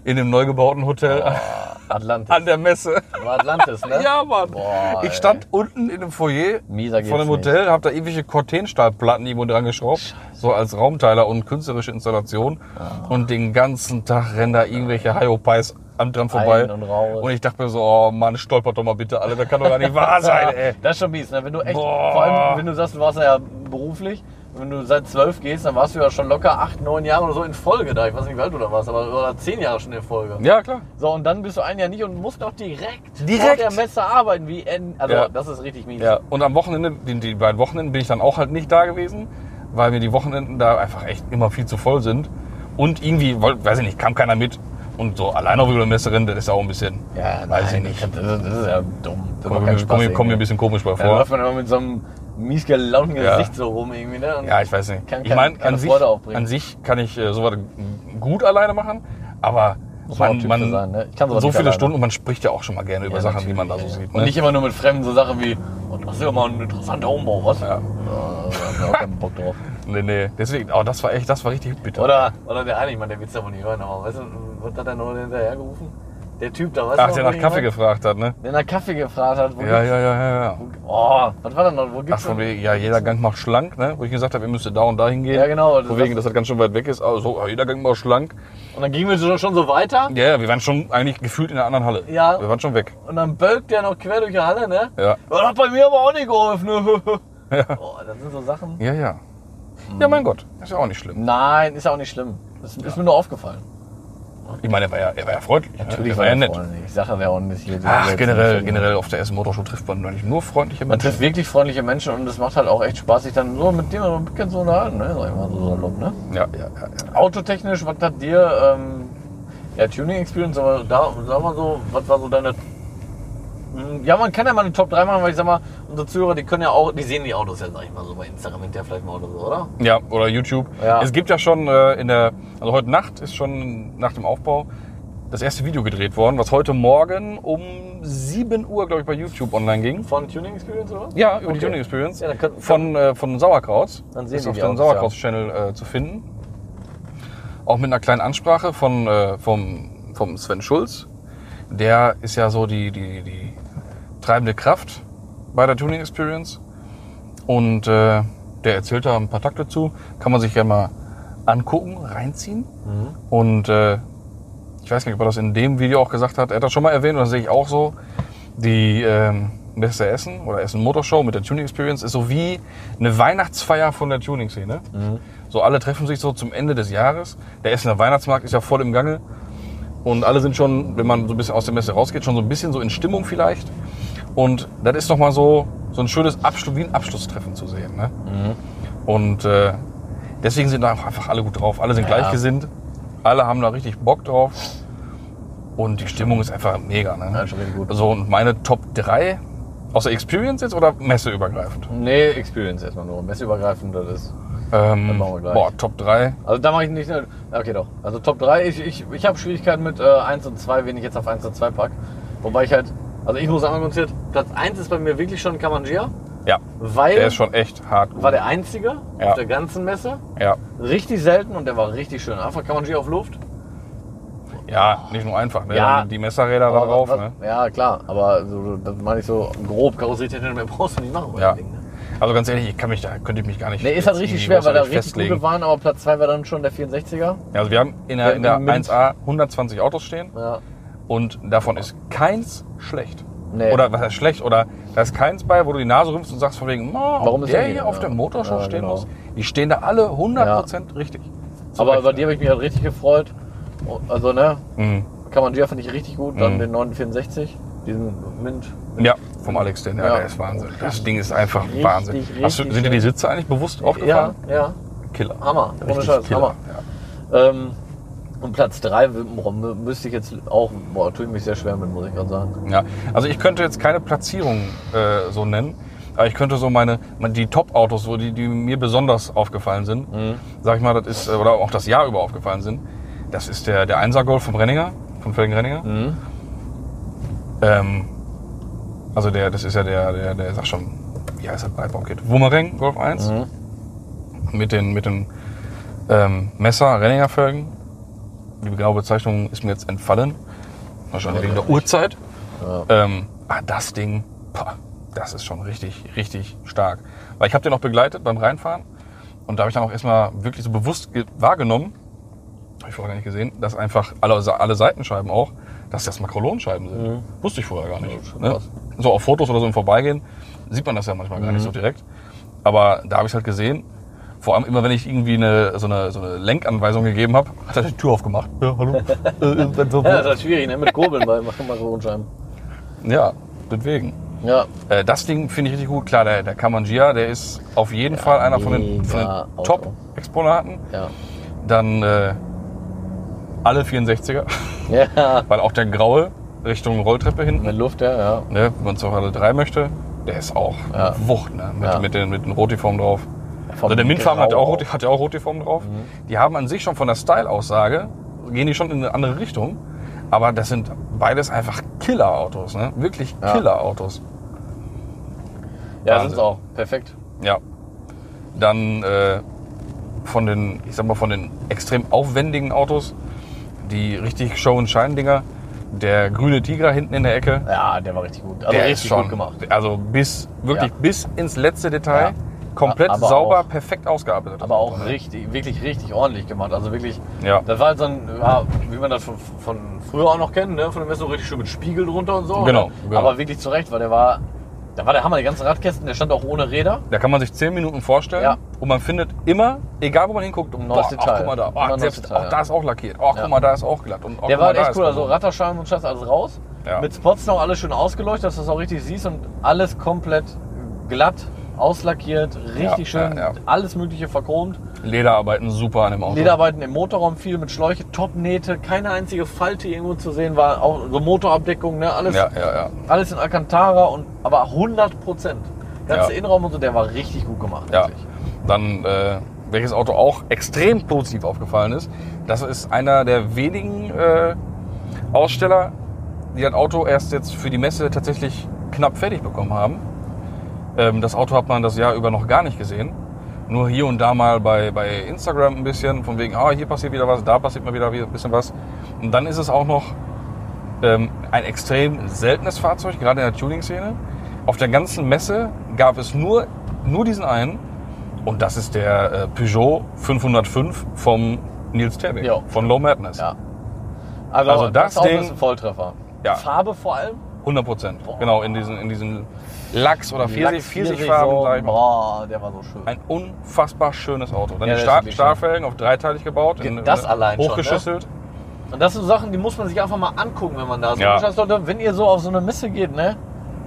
Speaker 3: in dem neu gebauten Hotel
Speaker 4: Oh. Ah, Atlantis.
Speaker 3: an der Messe.
Speaker 4: War Atlantis, ne?
Speaker 3: Ja, Mann.
Speaker 4: Boah, ey.
Speaker 3: ich stand unten in dem Foyer
Speaker 4: Mieser geht's
Speaker 3: von dem Hotel, hab da ewige Cortenstahlplatten irgendwo dran geschraubt, so als Raumteiler und künstlerische Installation.
Speaker 4: Ah.
Speaker 3: Und den ganzen Tag rennen da irgendwelche Hyopies am dran vorbei.
Speaker 4: Ein und raus.
Speaker 3: ich dachte mir so, oh Mann, stolpert doch mal bitte alle, das kann doch gar nicht wahr sein, ey.
Speaker 4: Das ist schon mies, ne? Wenn du echt,
Speaker 3: Boah.
Speaker 4: vor allem, wenn du sagst, du warst ja beruflich, wenn du seit zwölf gehst, dann warst du ja schon locker acht, neun Jahre oder so in Folge da. Ich weiß nicht, wie alt du da warst, aber oder zehn Jahre schon in Folge.
Speaker 3: Ja, klar.
Speaker 4: So, und dann bist du ein Jahr nicht und musst auch direkt, vor
Speaker 3: Direkt?
Speaker 4: der Messe arbeiten. Wie, en- also,
Speaker 3: Ja.
Speaker 4: das ist richtig mies.
Speaker 3: Ja. Und am Wochenende, die, die beiden Wochenenden, bin ich dann auch halt nicht da gewesen, weil mir die Wochenenden da einfach echt immer viel zu voll sind. Und irgendwie, woll- weiß ich nicht, kam keiner mit. Und so alleine auf über die Messe rennen, das ist auch ein bisschen,
Speaker 4: Ja,
Speaker 3: weiß ich
Speaker 4: nein,
Speaker 3: nicht.
Speaker 4: Das, das ist ja dumm.
Speaker 3: Komm, mir,
Speaker 4: Das macht keinen
Speaker 3: komm,
Speaker 4: Spaß
Speaker 3: mir, komm mir ein
Speaker 4: irgendwie.
Speaker 3: bisschen komisch bei
Speaker 4: Ja, da
Speaker 3: vor.
Speaker 4: läuft man immer mit so einem mies gelaunten
Speaker 3: Ja.
Speaker 4: Gesicht so rum irgendwie, ne? Und
Speaker 3: Ja, ich weiß nicht.
Speaker 4: Kann,
Speaker 3: ich meine,
Speaker 4: keine
Speaker 3: an, sich-
Speaker 4: Freude aufbringen.
Speaker 3: an sich kann ich äh, sowas gut alleine machen, aber
Speaker 4: Muss man auch
Speaker 3: man,
Speaker 4: Typ für
Speaker 3: man,
Speaker 4: sein, ne? Ich kann sowas
Speaker 3: so
Speaker 4: nicht
Speaker 3: viele
Speaker 4: alleine.
Speaker 3: Stunden und man spricht ja auch schon mal gerne über
Speaker 4: Ja,
Speaker 3: Sachen, die man da so
Speaker 4: natürlich, ja.
Speaker 3: sieht.
Speaker 4: Und
Speaker 3: Ne?
Speaker 4: nicht immer nur mit Fremden, so Sachen wie, oh, das ist ja mal ein interessanter Umbau, was?
Speaker 3: Ja.
Speaker 4: da hab ich auch keinen Bock drauf.
Speaker 3: nee, nee. Deswegen, oh, das war echt, das war richtig bitter.
Speaker 4: Oder, oder der Heiligmann, der wird's ja wohl nicht hören, aber weißt du, wird da der neue hinterhergerufen? Der Typ da, weißt
Speaker 3: Ach,
Speaker 4: du
Speaker 3: der
Speaker 4: noch,
Speaker 3: nach
Speaker 4: wo
Speaker 3: Kaffee
Speaker 4: jemand-
Speaker 3: gefragt hat, ne?
Speaker 4: Der nach Kaffee gefragt hat. Wo
Speaker 3: Ja,
Speaker 4: gibt's-
Speaker 3: ja, ja, ja, ja.
Speaker 4: Oh, was war denn noch? Wo gibt's
Speaker 3: Ach, von
Speaker 4: denn-
Speaker 3: wegen, ja, jeder Gang macht schlank, ne? Wo ich gesagt habe, ihr müsst da und da hingehen.
Speaker 4: Ja, genau. Das-
Speaker 3: Von wegen, dass das ganz schön weit weg ist. Also, ja, jeder Gang macht schlank.
Speaker 4: Und dann gingen wir so- schon so weiter.
Speaker 3: Ja, ja, wir waren schon eigentlich gefühlt in einer anderen Halle.
Speaker 4: Ja.
Speaker 3: Wir waren schon weg.
Speaker 4: Und dann bölkt der noch quer durch die Halle, ne?
Speaker 3: Ja.
Speaker 4: Das hat bei mir aber auch nicht geholfen. ne? Oh, das sind so Sachen.
Speaker 3: Ja, ja. Ja, mein Gott. Das ist ja auch nicht schlimm.
Speaker 4: Nein, ist ja auch nicht schlimm. Das ist mir nur aufgefallen.
Speaker 3: Ich meine, er war ja, er war ja freundlich. ne? er
Speaker 4: war
Speaker 3: war ja
Speaker 4: der
Speaker 3: nett.
Speaker 4: freundlich. Ich sage, wer auch nicht hier.
Speaker 3: Ach,
Speaker 4: jetzt
Speaker 3: generell,
Speaker 4: nicht.
Speaker 3: generell auf der ersten Motorshow trifft man eigentlich nur freundliche
Speaker 4: Man
Speaker 3: Menschen.
Speaker 4: trifft wirklich freundliche Menschen und es macht halt auch echt Spaß, sich dann so mit dem ein bisschen zu unterhalten, ne? Sag ich mal so salopp, ne?
Speaker 3: Ja, ja, ja. ja.
Speaker 4: Autotechnisch, was hat dir, ähm, ja, Tuning Experience, aber da, sag mal so, was war so deine. Mm, Ja, man kann ja mal eine Top 3 machen, weil ich sag mal, unsere Zuhörer, die können ja auch, die sehen die Autos ja, sag ich mal, so bei Instagram hinterher vielleicht mal oder so, oder?
Speaker 3: Ja, oder YouTube.
Speaker 4: Ja.
Speaker 3: Es gibt ja schon äh, in der, also heute Nacht ist schon nach dem Aufbau das erste Video gedreht worden, was heute Morgen um 7 Uhr, glaube ich, bei YouTube online ging.
Speaker 4: Von Tuning Experience oder was?
Speaker 3: Ja, über die
Speaker 4: Okay.
Speaker 3: Tuning Experience.
Speaker 4: Ja, dann können-
Speaker 3: von, äh, von Sauerkraut.
Speaker 4: Dann sehen
Speaker 3: ist
Speaker 4: wir
Speaker 3: auf
Speaker 4: die
Speaker 3: dem
Speaker 4: Autos, ja.
Speaker 3: Sauerkraut-Channel äh, zu finden. Auch mit einer kleinen Ansprache von, äh, vom, vom Sven Schulz. Der ist ja so die, die, die treibende Kraft bei der Tuning Experience. Und äh, der erzählt da ein paar Takte zu. Kann man sich ja mal angucken, reinziehen.
Speaker 4: Mhm.
Speaker 3: Und äh, ich weiß nicht, ob er das in dem Video auch gesagt hat. Er hat das schon mal erwähnt und das sehe ich auch so. Die ähm, Beste Essen oder Essen Motorshow mit der Tuning Experience ist so wie eine Weihnachtsfeier von der Tuning-Szene. So alle treffen sich so zum Ende des Jahres. Der Essener Weihnachtsmarkt ist ja voll im Gange. Und alle sind schon, wenn man so ein bisschen aus der Messe rausgeht, schon so ein bisschen so in Stimmung vielleicht. Und das ist nochmal so, so ein schönes Abschluss, wie ein Abschlusstreffen zu sehen. Ne? Und äh, deswegen sind da auch einfach alle gut drauf. Alle sind gleichgesinnt. Alle haben da richtig Bock drauf. Und die Stimmung ist einfach mega. Ne?
Speaker 4: Ja, schon richtig gut.
Speaker 3: So, und meine Top 3 aus der Experience jetzt oder messeübergreifend?
Speaker 4: Nee, Experience erstmal nur. Messeübergreifend, das ist.
Speaker 3: Ähm,
Speaker 4: machen wir gleich.
Speaker 3: boah, Top 3.
Speaker 4: Also da mache ich nicht. ne- Okay, doch. Also Top 3, ich, ich, ich habe Schwierigkeiten mit äh, 1 und 2, wenn ich jetzt auf 1 und 2 pack. Wobei ich halt. Also ich muss sagen, konzentriert, Platz 1 ist bei mir wirklich schon Kamangia,
Speaker 3: Ja.
Speaker 4: weil
Speaker 3: Der ist schon echt hart. Gut.
Speaker 4: war der einzige
Speaker 3: Ja.
Speaker 4: auf der ganzen Messe.
Speaker 3: Ja.
Speaker 4: Richtig selten und der war richtig schön. Einfach Kamangia auf Luft.
Speaker 3: ja, nicht nur einfach. Ne?
Speaker 4: Ja.
Speaker 3: Die Messerräder da
Speaker 4: Aber
Speaker 3: drauf.
Speaker 4: was-
Speaker 3: Ne?
Speaker 4: Ja, klar. Aber so, das meine ich so grob karosserietechnisch, mehr brauchst du nicht machen. bei
Speaker 3: Ja.
Speaker 4: dem Ding, ne?
Speaker 3: Also ganz ehrlich, ich kann mich da, könnte ich mich gar nicht.
Speaker 4: Nee, ist halt
Speaker 3: jetzt
Speaker 4: richtig
Speaker 3: irgendwie
Speaker 4: schwer, weil da
Speaker 3: großartig
Speaker 4: richtig gute waren, aber Platz 2 war dann schon der 64er.
Speaker 3: Ja, Also wir haben in der, in der
Speaker 4: Im Mint.
Speaker 3: 1A 120 Autos stehen
Speaker 4: Ja.
Speaker 3: und davon ist keins schlecht.
Speaker 4: Nee.
Speaker 3: Oder was heißt schlecht? Oder da ist keins bei, wo du die Nase rümpfst und sagst von wegen,
Speaker 4: Warum
Speaker 3: Warum
Speaker 4: ist
Speaker 3: der
Speaker 4: der
Speaker 3: hier
Speaker 4: hier?
Speaker 3: auf der
Speaker 4: Ja.
Speaker 3: Motorshow
Speaker 4: Ja,
Speaker 3: stehen
Speaker 4: genau.
Speaker 3: muss. Die stehen da alle 100% richtig. Zu
Speaker 4: Aber
Speaker 3: Recht.
Speaker 4: über die habe ich mich halt richtig gefreut. Also, ne,
Speaker 3: Mhm.
Speaker 4: Kamangia finde ich richtig gut. Dann
Speaker 3: Mhm.
Speaker 4: den 964, diesen Mint.
Speaker 3: Ja, vom Alex, den, ja,
Speaker 4: Ja.
Speaker 3: der ist Wahnsinn. Das Ding ist einfach
Speaker 4: Richtig,
Speaker 3: Wahnsinn. Hast du,
Speaker 4: richtig
Speaker 3: sind dir die
Speaker 4: schön.
Speaker 3: Sitze eigentlich bewusst
Speaker 4: Ja,
Speaker 3: aufgefallen?
Speaker 4: ja.
Speaker 3: Killer.
Speaker 4: Hammer. Ohne
Speaker 3: Richtig
Speaker 4: Scheiß,
Speaker 3: Killer.
Speaker 4: Hammer. Ähm, und Platz 3 müsste ich jetzt auch, boah, tue ich mich sehr schwer mit, muss ich gerade sagen.
Speaker 3: Ja. ja, also ich könnte jetzt keine Platzierung äh, so nennen, aber ich könnte so meine, meine die Top-Autos, so die, die mir besonders aufgefallen sind, sag ich mal, das ist, äh, oder auch das Jahr über aufgefallen sind, das ist der, der 1er Golf vom Renninger, von Felgen Renninger.
Speaker 4: Mhm.
Speaker 3: Ähm, also der, das ist ja der, der, der sag schon, wie heißt das Beibaukit? Wummering Golf 1.
Speaker 4: Mhm.
Speaker 3: Mit den, mit den ähm, Messer Renninger Felgen. Die genaue Bezeichnung ist mir jetzt entfallen. Wahrscheinlich wegen der Uhrzeit. Ähm, ah, das Ding, pah, das ist schon richtig, richtig stark. Weil ich habe den auch begleitet beim Reinfahren und da habe ich dann auch erstmal wirklich so bewusst ge- wahrgenommen, habe ich vorher gar nicht gesehen, dass einfach alle, alle Seitenscheiben auch, dass das Makrolonscheiben sind. Wusste ich vorher gar nicht. Ne?
Speaker 4: krass.
Speaker 3: So auf Fotos oder so im Vorbeigehen sieht man das ja manchmal gar nicht so direkt. Aber da habe ich halt gesehen, vor allem immer, wenn ich irgendwie eine, so, eine, so eine Lenkanweisung gegeben habe, hat er die Tür aufgemacht. Ja, hallo. Äh, äh,
Speaker 4: Ja, das ist halt schwierig, ne? Mit Kurbeln bei Maronscheiben.
Speaker 3: ja, deswegen.
Speaker 4: Ja,
Speaker 3: Äh, das Ding finde ich richtig gut. Klar, der, der Kamangia, der ist auf jeden Fall einer von den, von
Speaker 4: mega
Speaker 3: den
Speaker 4: Auto.
Speaker 3: Top-Exponaten.
Speaker 4: ja.
Speaker 3: Dann äh, alle 64er,
Speaker 4: Ja,
Speaker 3: weil auch der graue Richtung Rolltreppe hinten,
Speaker 4: mit Luft, ja, ja.
Speaker 3: ne, wenn man es auch alle drei möchte, der ist auch
Speaker 4: Ja.
Speaker 3: Wucht, ne, mit,
Speaker 4: Ja.
Speaker 3: mit den, mit den Rotiformen drauf.
Speaker 4: Vom
Speaker 3: Also der Mintfarben hat ja auch,
Speaker 4: Grau. Mhm.
Speaker 3: Roti- hat ja auch Rotiformen drauf. Die haben an sich schon von der Style-Aussage, gehen die schon in eine andere Richtung. Aber das sind beides einfach Killer-Autos, ne? Wirklich
Speaker 4: Ja.
Speaker 3: Killer-Autos.
Speaker 4: Ja,
Speaker 3: Wahnsinn.
Speaker 4: sind's auch. Perfekt.
Speaker 3: Ja. Dann äh, von den, ich sag mal, von den extrem aufwendigen Autos, die richtig Show- und Schein-Dinger, Der grüne Tiger hinten in der Ecke,
Speaker 4: Ja, der war richtig gut. Also
Speaker 3: der
Speaker 4: richtig
Speaker 3: ist schon,
Speaker 4: gut gemacht.
Speaker 3: also bis, wirklich
Speaker 4: Ja.
Speaker 3: bis ins letzte Detail,
Speaker 4: Ja.
Speaker 3: komplett
Speaker 4: Aber
Speaker 3: sauber,
Speaker 4: auch-
Speaker 3: perfekt ausgearbeitet. das
Speaker 4: Aber auch
Speaker 3: Auto, ne?
Speaker 4: richtig, wirklich richtig ordentlich gemacht. Also wirklich,
Speaker 3: Ja.
Speaker 4: das war halt so ein, ja, wie man das von, von früher auch noch kennt, ne? von der Messe richtig schön mit Spiegel drunter und so.
Speaker 3: Genau,
Speaker 4: ne?
Speaker 3: genau.
Speaker 4: Aber wirklich zurecht, weil der war, da war der Hammer, die ganzen Radkästen, der stand auch ohne Räder.
Speaker 3: Da kann man sich zehn Minuten vorstellen
Speaker 4: Ja.
Speaker 3: und man findet immer, egal wo man hinguckt,
Speaker 4: Ein
Speaker 3: boah,
Speaker 4: neues Detail.
Speaker 3: Ach, guck mal da,
Speaker 4: Immer
Speaker 3: oh,
Speaker 4: ein neues
Speaker 3: selbst,
Speaker 4: Detail,
Speaker 3: auch
Speaker 4: ja.
Speaker 3: da ist auch lackiert, oh,
Speaker 4: Ja.
Speaker 3: guck mal, da ist auch glatt. Und, oh,
Speaker 4: Der
Speaker 3: guck
Speaker 4: war
Speaker 3: mal,
Speaker 4: halt
Speaker 3: da
Speaker 4: echt
Speaker 3: ist
Speaker 4: cool,
Speaker 3: auch
Speaker 4: also
Speaker 3: so.
Speaker 4: Ratterscheiben und Schatz, alles raus.
Speaker 3: Ja.
Speaker 4: Mit Spots noch alles schön ausgeleuchtet, dass du das auch richtig siehst und alles komplett glatt, auslackiert, richtig
Speaker 3: Ja,
Speaker 4: schön,
Speaker 3: ja, ja.
Speaker 4: alles mögliche verchromt.
Speaker 3: Lederarbeiten super an dem Auto.
Speaker 4: Lederarbeiten im Motorraum viel mit Schläuche, Topnähte, keine einzige Falte irgendwo zu sehen, war auch so Motorabdeckung, ne, alles,
Speaker 3: Ja, ja, ja.
Speaker 4: alles in Alcantara und aber 100 Prozent. Ganze
Speaker 3: Ja.
Speaker 4: Innenraum und so, der war richtig gut gemacht.
Speaker 3: Ja.
Speaker 4: wirklich.
Speaker 3: Dann, äh, welches Auto auch extrem positiv aufgefallen ist, das ist einer der wenigen äh, Aussteller, die das Auto erst jetzt für die Messe tatsächlich knapp fertig bekommen haben. Ähm, das Auto hat man das Jahr über noch gar nicht gesehen. Nur hier und da mal bei, bei Instagram ein bisschen, von wegen, ah, hier passiert wieder was, da passiert mal wieder ein bisschen was. Und dann ist es auch noch ähm, ein extrem seltenes Fahrzeug, gerade in der Tuning-Szene. Auf der ganzen Messe gab es nur, nur diesen einen. Und das ist der äh, Peugeot 505 vom Nils Terbeck,
Speaker 4: Jo.
Speaker 3: von Low Madness.
Speaker 4: Ja. Also,
Speaker 3: Also das
Speaker 4: Auto
Speaker 3: Ding-
Speaker 4: ist ein Volltreffer.
Speaker 3: Ja.
Speaker 4: Farbe vor allem.
Speaker 3: 100 Prozent.
Speaker 4: Boah.
Speaker 3: Genau, in diesen, in diesen Lachs- oder Pfirsich-
Speaker 4: Lachs,
Speaker 3: Pfirsichfarben.
Speaker 4: so,
Speaker 3: sag ich mal.
Speaker 4: Boah, der war so schön.
Speaker 3: Ein unfassbar schönes Auto. Dann
Speaker 4: Ja,
Speaker 3: die
Speaker 4: das
Speaker 3: Stahl
Speaker 4: ist wirklich schön.
Speaker 3: Stahlfelgen auf dreiteilig gebaut. äh,
Speaker 4: Das allein schon, ne?
Speaker 3: Hochgeschüsselt.
Speaker 4: Und das sind so Sachen, die muss man sich einfach mal angucken, wenn man da ist.
Speaker 3: Ja.
Speaker 4: Und Schatz, Leute, wenn ihr so auf so eine Messe geht, ne?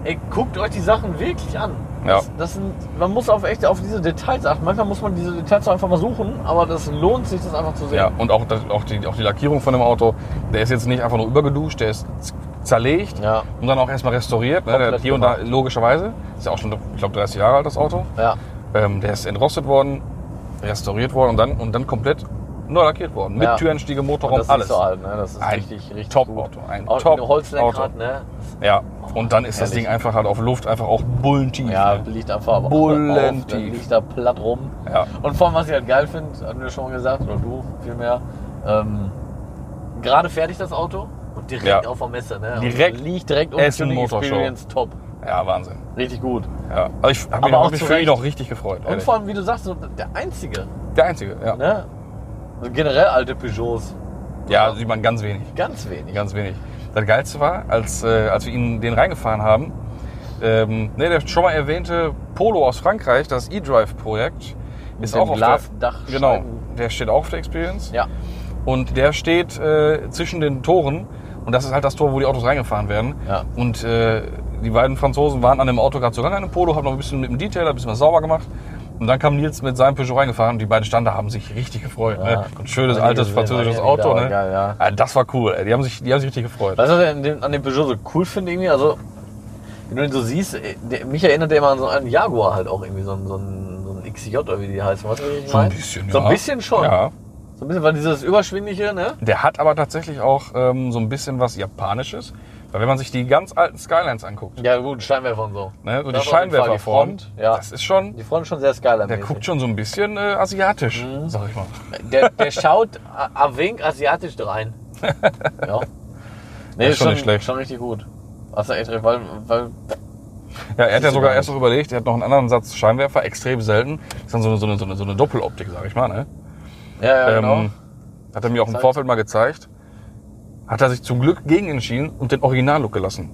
Speaker 4: Ey, guckt euch die Sachen wirklich an.
Speaker 3: Ja.
Speaker 4: Das, das sind, man muss auf echt auf diese Details achten. Manchmal muss man diese Details auch einfach mal suchen, aber das lohnt sich, das einfach zu sehen.
Speaker 3: Ja, und auch, das, auch, die, auch die Lackierung von dem Auto. Der ist jetzt nicht einfach nur übergeduscht, der ist z- zerlegt
Speaker 4: Ja.
Speaker 3: und dann auch erstmal restauriert. Ne? Der
Speaker 4: Komplett
Speaker 3: hier und da, logischerweise. Ist ja auch schon, ich glaube, 30 Jahre alt, das Auto.
Speaker 4: Ja.
Speaker 3: Ähm, der ist entrostet worden, restauriert worden und dann, und dann komplett neu lackiert worden. Mit
Speaker 4: Ja.
Speaker 3: Türenstiege,
Speaker 4: Und
Speaker 3: Motorraum,
Speaker 4: das
Speaker 3: alles.
Speaker 4: ist so alt, ne? Das ist
Speaker 3: Ein
Speaker 4: richtig, richtig
Speaker 3: Top-Auto,
Speaker 4: gut.
Speaker 3: ein
Speaker 4: Auch
Speaker 3: Top-Auto.
Speaker 4: Ein Holzlenkrad, ne?
Speaker 3: Ja, und dann ist das
Speaker 4: Herrlich.
Speaker 3: Ding einfach halt auf Luft einfach auch bullentief.
Speaker 4: Ja,
Speaker 3: ne?
Speaker 4: liegt einfach auf,
Speaker 3: Bullentief.
Speaker 4: dann liegt da platt rum.
Speaker 3: Ja.
Speaker 4: Und vor allem, was ich halt geil finde, hatten wir schon mal gesagt, oder du vielmehr, ähm, gerade fertig das Auto und direkt
Speaker 3: Ja.
Speaker 4: auf der Messe. Ne?
Speaker 3: Direkt
Speaker 4: Und liegt direkt um
Speaker 3: Essen
Speaker 4: Tuning
Speaker 3: Motorshow.
Speaker 4: Experience top.
Speaker 3: ja, Wahnsinn.
Speaker 4: Richtig gut.
Speaker 3: Ja. Also ich habe mich,
Speaker 4: Aber auch
Speaker 3: hab mich
Speaker 4: zu
Speaker 3: für ihn
Speaker 4: Recht.
Speaker 3: auch richtig gefreut.
Speaker 4: Und
Speaker 3: ehrlich.
Speaker 4: vor allem, wie du sagst, so der einzige.
Speaker 3: Der einzige, ja.
Speaker 4: Ne? Also generell alte Peugeots.
Speaker 3: Ja, sieht man ganz wenig.
Speaker 4: Ganz wenig.
Speaker 3: Ganz wenig. Das Geilste war, als, äh, als wir ihn den reingefahren haben, ähm, ne, der schon mal erwähnte Polo aus Frankreich, das E-Drive-Projekt,
Speaker 4: Mit
Speaker 3: ist
Speaker 4: den
Speaker 3: auch auf
Speaker 4: Glasdachscheiben.
Speaker 3: der, Genau, der steht auch auf der Experience.
Speaker 4: Ja.
Speaker 3: Und der steht äh, zwischen den Toren. Und das ist halt das Tor, wo die Autos reingefahren werden.
Speaker 4: Ja.
Speaker 3: Und äh, die beiden Franzosen waren an dem Auto gerade so lange an dem Polo, haben noch ein bisschen mit dem Detailer, ein bisschen was sauber gemacht. Und dann kam Nils mit seinem Peugeot reingefahren und die beiden standen da, haben sich richtig gefreut. Ne? Ein schönes,
Speaker 4: Hab ich
Speaker 3: altes,
Speaker 4: gesehen,
Speaker 3: französisches
Speaker 4: war ja
Speaker 3: Auto.
Speaker 4: wieder
Speaker 3: Ne?
Speaker 4: geil, ja.
Speaker 3: Ah, Das war cool. Ey. Die, haben sich, die haben sich richtig gefreut.
Speaker 4: Weißt du, was ich an dem, an dem Peugeot so cool finde irgendwie? Also, wenn du ihn so siehst, äh, der, mich erinnert der immer an so einen Jaguar halt auch irgendwie, so einen, so einen, so einen XJ oder wie die heißen. Weißt du, was ich
Speaker 3: So ein
Speaker 4: meine?
Speaker 3: bisschen,
Speaker 4: So ein
Speaker 3: ja.
Speaker 4: bisschen schon.
Speaker 3: Ja.
Speaker 4: So ein bisschen, weil dieses Überschwingliche, ne?
Speaker 3: Der hat aber tatsächlich auch ähm, so ein bisschen was Japanisches. Weil wenn man sich die ganz alten Skylines anguckt,
Speaker 4: Ja gut, Scheinwerfer und so.
Speaker 3: ne, so
Speaker 4: Das
Speaker 3: die
Speaker 4: auf jeden Fall, die
Speaker 3: Scheinwerferform,
Speaker 4: Front, ja.
Speaker 3: das ist schon,
Speaker 4: Die Front ist schon sehr skyline
Speaker 3: der guckt schon so ein bisschen äh, asiatisch,
Speaker 4: Mhm.
Speaker 3: sag ich mal.
Speaker 4: der, der schaut a- a wink asiatisch rein. Ja. Nee,
Speaker 3: ist schon nicht schlecht.
Speaker 4: Schon richtig gut. Hast du echt recht, weil, weil
Speaker 3: Ja, er hat
Speaker 4: Siehst
Speaker 3: ja
Speaker 4: du
Speaker 3: sogar
Speaker 4: gar
Speaker 3: erst
Speaker 4: nicht.
Speaker 3: noch überlegt, er hat noch einen anderen Satz Scheinwerfer, extrem selten. Ist dann so eine, so eine, so eine, so eine Doppeloptik, sag ich mal. Ne?
Speaker 4: ja, ja, genau.
Speaker 3: Ähm, hat er mir auch im
Speaker 4: Zeigt.
Speaker 3: Vorfeld mal gezeigt. Hat er sich zum Glück gegen entschieden und den Originallook gelassen.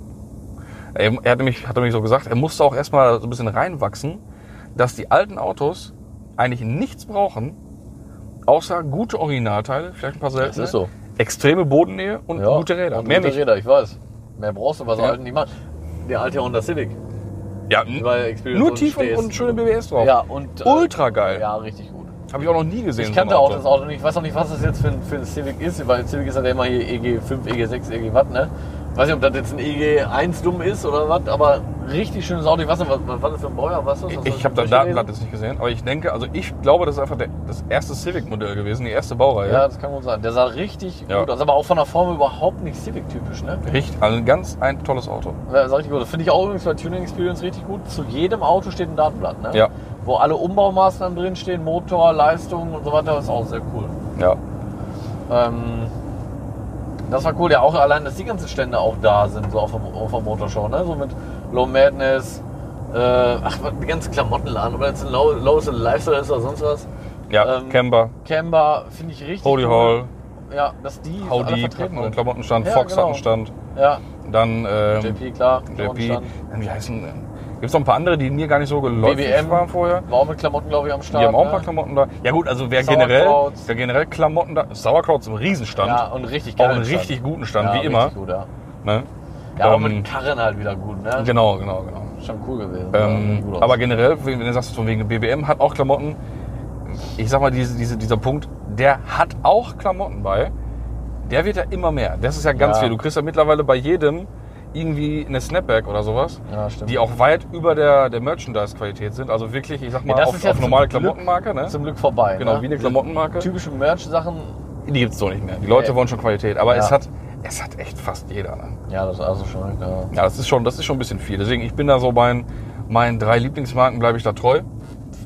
Speaker 3: Er, er hat, nämlich, hat nämlich so gesagt, er musste auch erstmal so ein bisschen reinwachsen, dass die alten Autos eigentlich nichts brauchen, außer gute Originalteile, vielleicht ein paar seltene,
Speaker 4: ist so.
Speaker 3: extreme Bodennähe und
Speaker 4: ja.
Speaker 3: gute Räder.
Speaker 4: Und
Speaker 3: Mehr
Speaker 4: gute
Speaker 3: nicht.
Speaker 4: Räder, ich weiß. Mehr brauchst du bei so
Speaker 3: Ja.
Speaker 4: alten nicht machen. Der alte Honda Civic.
Speaker 3: Ja,
Speaker 4: Bei Experience
Speaker 3: nur
Speaker 4: unten
Speaker 3: tief und,
Speaker 4: stehst.
Speaker 3: und schöne BBS drauf.
Speaker 4: Ja, und. äh,
Speaker 3: Ultra geil.
Speaker 4: Ja, richtig gut.
Speaker 3: Habe ich auch noch nie gesehen.
Speaker 4: Ich
Speaker 3: so ein
Speaker 4: kannte auch
Speaker 3: Auto.
Speaker 4: das Auto nicht. Ich weiß auch nicht, was das jetzt für ein, für ein Civic ist, weil Civic ist halt immer hier EG5, EG6, EG Watt, ne? Ich weiß nicht, ob das jetzt ein EG1 dumm ist oder was, aber richtig schönes Auto. Ich weiß nicht, was, was war das für ein Bäuer? Was ist das?
Speaker 3: Ich-
Speaker 4: Was
Speaker 3: Ich
Speaker 4: ist
Speaker 3: habe
Speaker 4: das
Speaker 3: das
Speaker 4: für ein
Speaker 3: Datenblatt jetzt nicht gesehen, aber ich denke, also ich glaube, das ist einfach der, das erste Civic-Modell gewesen, die erste Baureihe.
Speaker 4: Ja, das kann gut sein. Der sah richtig
Speaker 3: Ja.
Speaker 4: gut aus, aber auch von der Form überhaupt nicht Civic-typisch, ne?
Speaker 3: Richtig, also ein ganz ein tolles Auto.
Speaker 4: Ja, Das ist richtig gut. Das finde Äh, ich auch übrigens bei Tuning Experience richtig gut. Zu jedem Auto steht ein Datenblatt, ne?
Speaker 3: Ja.
Speaker 4: Wo alle Umbaumaßnahmen drinstehen, Motor, Leistung und so weiter, das ist auch sehr cool.
Speaker 3: Ja.
Speaker 4: Ähm, Das war cool, ja auch allein, dass die ganzen Stände auch da sind, so auf, dem, auf der Motorshow, ne? So mit Low Madness, äh, ach, die ganzen Klamottenladen, oder jetzt ein Low, Lowest Lifestyle ist oder sonst was.
Speaker 3: Ja,
Speaker 4: Ähm,
Speaker 3: Camber,
Speaker 4: Camber finde ich richtig.
Speaker 3: Holy
Speaker 4: cool.
Speaker 3: Hall,
Speaker 4: Ja, dass die so alle
Speaker 3: Audi
Speaker 4: vertreten
Speaker 3: hatten einen
Speaker 4: sind.
Speaker 3: Klamottenstand,
Speaker 4: Ja,
Speaker 3: Fox
Speaker 4: genau.
Speaker 3: hat einen Stand,
Speaker 4: Ja,
Speaker 3: dann ähm,
Speaker 4: JP, klar.
Speaker 3: JP,
Speaker 4: Klamottenstand.
Speaker 3: wie heißen Gibt es noch ein paar andere, die mir gar nicht so geläufig
Speaker 4: BBM.
Speaker 3: waren vorher?
Speaker 4: War auch mit Klamotten, glaube ich, am
Speaker 3: Die
Speaker 4: Start.
Speaker 3: haben auch ein
Speaker 4: ne?
Speaker 3: paar Klamotten da. Ja gut, also wer
Speaker 4: Sauerkraut.
Speaker 3: generell, wer generell Klamotten da... Sauerkraut ist ein Riesenstand.
Speaker 4: Ja, und richtig
Speaker 3: auch
Speaker 4: geil.
Speaker 3: einen richtig guten Stand,
Speaker 4: ja,
Speaker 3: wie immer.
Speaker 4: Richtig gut, ja,
Speaker 3: Ne?
Speaker 4: ja aber
Speaker 3: Ähm,
Speaker 4: mit Karren halt wieder gut, ne?
Speaker 3: Genau, genau, genau.
Speaker 4: Schon cool gewesen.
Speaker 3: Ähm,
Speaker 4: Ja, gut aus.
Speaker 3: aber generell, wenn du sagst, von wegen BBM hat auch Klamotten. Ich sag mal, diese, diese, dieser Punkt, der hat auch Klamotten bei. Der wird ja immer mehr. Das ist ja ganz
Speaker 4: Ja.
Speaker 3: viel. Du kriegst ja mittlerweile bei jedem irgendwie eine Snapback oder sowas,
Speaker 4: Ja, stimmt.
Speaker 3: die auch weit über der, der Merchandise-Qualität sind. Also wirklich, ich sag mal,
Speaker 4: das
Speaker 3: auf,
Speaker 4: ist ja
Speaker 3: auf
Speaker 4: zum
Speaker 3: normale
Speaker 4: Glück-
Speaker 3: Klamottenmarke. Ne?
Speaker 4: zum Glück vorbei.
Speaker 3: Genau,
Speaker 4: ne?
Speaker 3: wie eine Klamottenmarke.
Speaker 4: Typische Merch-Sachen.
Speaker 3: Die gibt's so nicht mehr. Die Leute
Speaker 4: Nee.
Speaker 3: wollen schon Qualität. Aber
Speaker 4: Ja.
Speaker 3: es, hat, es hat echt fast jeder. Ne?
Speaker 4: Ja, das ist also schon. Ja.
Speaker 3: Ja, das ist schon, das ist schon ein bisschen viel. Deswegen, ich bin da so bei meinen drei Lieblingsmarken, bleibe ich da treu.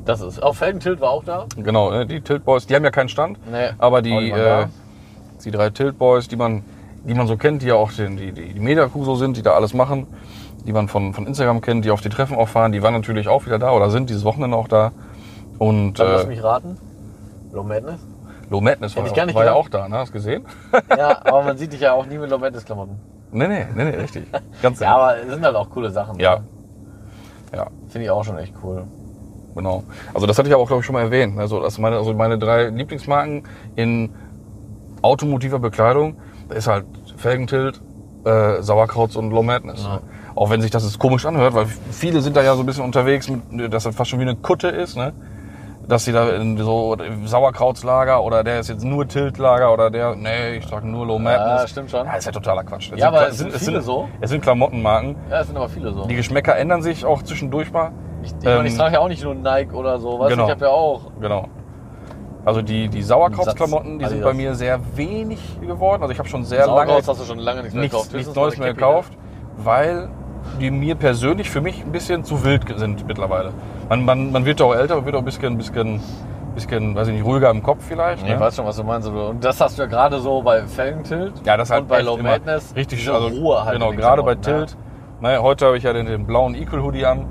Speaker 4: Das ist. Auch Felgentilt war auch da.
Speaker 3: Genau, ne, die Tilt Boys, die haben ja keinen Stand,
Speaker 4: Nee,
Speaker 3: aber
Speaker 4: auch
Speaker 3: die,
Speaker 4: nicht mal da.
Speaker 3: äh, die drei Tilt Boys, die man, die man so kennt, die ja auch den, die, die, die Media-Crew so sind, die da alles machen, die man von, von Instagram kennt, die auf die Treffen auch fahren, die waren natürlich auch wieder da oder sind dieses Wochenende auch da. Und
Speaker 4: Dann lass
Speaker 3: äh,
Speaker 4: mich raten. Low Madness?
Speaker 3: Low Madness war,
Speaker 4: Hätte ich gar nicht
Speaker 3: war ja
Speaker 4: gedacht.
Speaker 3: auch da, ne? Hast du gesehen?
Speaker 4: Ja, aber man sieht dich ja auch nie mit Low Madness-Klamotten.
Speaker 3: nee, nee, nee, nee, richtig. Ganz
Speaker 4: Ja, aber es sind halt auch coole Sachen.
Speaker 3: ja. Ja,
Speaker 4: Finde ich auch schon echt cool.
Speaker 3: Genau. Also das hatte ich aber auch, glaube ich, schon mal erwähnt. Also, das meine, also meine drei Lieblingsmarken in automotiver Bekleidung ist halt Felgentilt, äh, Sauerkrauts und Low Madness.
Speaker 4: Ja.
Speaker 3: Auch wenn sich das jetzt komisch anhört, weil viele sind da ja so ein bisschen unterwegs, mit, dass das fast schon wie eine Kutte ist, ne? Dass sie da in so Sauerkrautslager oder der ist jetzt nur Tiltlager oder der, nee, ich trage nur Low Madness.
Speaker 4: stimmt schon.
Speaker 3: Ja, ist ja totaler Quatsch. Es
Speaker 4: Ja, aber
Speaker 3: Kla-
Speaker 4: es sind viele
Speaker 3: es
Speaker 4: so.
Speaker 3: Es sind Klamottenmarken.
Speaker 4: Ja, es sind aber viele so.
Speaker 3: Die Geschmäcker ändern sich auch zwischendurch mal.
Speaker 4: Ich, ich,
Speaker 3: Ähm,
Speaker 4: meine, ich trage ja auch nicht nur Nike oder so. Weißt du,
Speaker 3: genau.
Speaker 4: Ich habe ja auch.
Speaker 3: Genau. Also die, die Sauerkrautklamotten, die
Speaker 4: Satz
Speaker 3: sind bei
Speaker 4: Adidas.
Speaker 3: mir sehr wenig geworden. Also ich habe schon sehr lange
Speaker 4: Sauerkraut hast du schon lange nichts mehr
Speaker 3: nichts,
Speaker 4: gekauft.
Speaker 3: nichts
Speaker 4: Höchstens mal
Speaker 3: Neues
Speaker 4: eine
Speaker 3: mehr
Speaker 4: Cappy, ne?
Speaker 3: gekauft, weil die mir persönlich für mich ein bisschen zu wild ge- sind mittlerweile. Man, man, man wird auch älter, man wird auch ein bisschen, bisschen, bisschen, weiß ich nicht, ruhiger im Kopf vielleicht.
Speaker 4: Ich
Speaker 3: ne?
Speaker 4: weiß schon, was du meinst. Und das hast du ja gerade so bei Felgentilt
Speaker 3: Ja, das hat
Speaker 4: und bei
Speaker 3: echt
Speaker 4: Low
Speaker 3: immer
Speaker 4: Madness.
Speaker 3: richtig
Speaker 4: diese
Speaker 3: also,
Speaker 4: Ruhe halt.
Speaker 3: Genau,
Speaker 4: in den
Speaker 3: gerade bei
Speaker 4: Klamotten, ne?
Speaker 3: Tilt. Ne, heute habe ich ja den, den blauen Equal Hoodie an.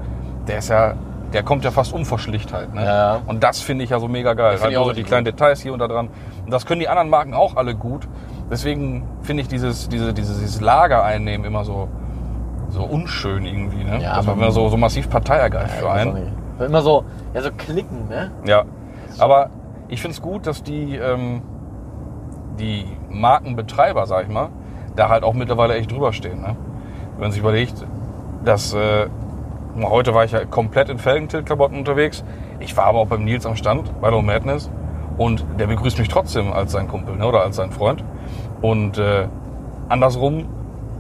Speaker 3: Der ist ja, der kommt ja fast um vor Schlichtheit. Ne?
Speaker 4: Ja.
Speaker 3: Und das finde ich ja so mega geil.
Speaker 4: Das finde
Speaker 3: Halt
Speaker 4: ich auch
Speaker 3: so die
Speaker 4: richtig
Speaker 3: kleinen Details hier und da dran. Und das können die anderen Marken auch alle gut. Deswegen finde ich dieses, diese, dieses, dieses Lager einnehmen immer so, so unschön irgendwie. Ne?
Speaker 4: Ja,
Speaker 3: das
Speaker 4: aber-
Speaker 3: war immer so, so massiv Partei ergreift für
Speaker 4: Weiß
Speaker 3: einen.
Speaker 4: auch nicht. Immer so, ja, so klicken, ne?
Speaker 3: Ja, aber ich finde es gut, dass die, ähm, die Markenbetreiber, sag ich mal, da halt auch mittlerweile echt drüber stehen. Ne? Wenn man sich überlegt, dass äh, heute war ich ja komplett in Felgentilt-Klamotten unterwegs. Ich war aber auch beim Nils am Stand bei No Madness und der begrüßt mich trotzdem als sein Kumpel ne, oder als sein Freund. Und äh, andersrum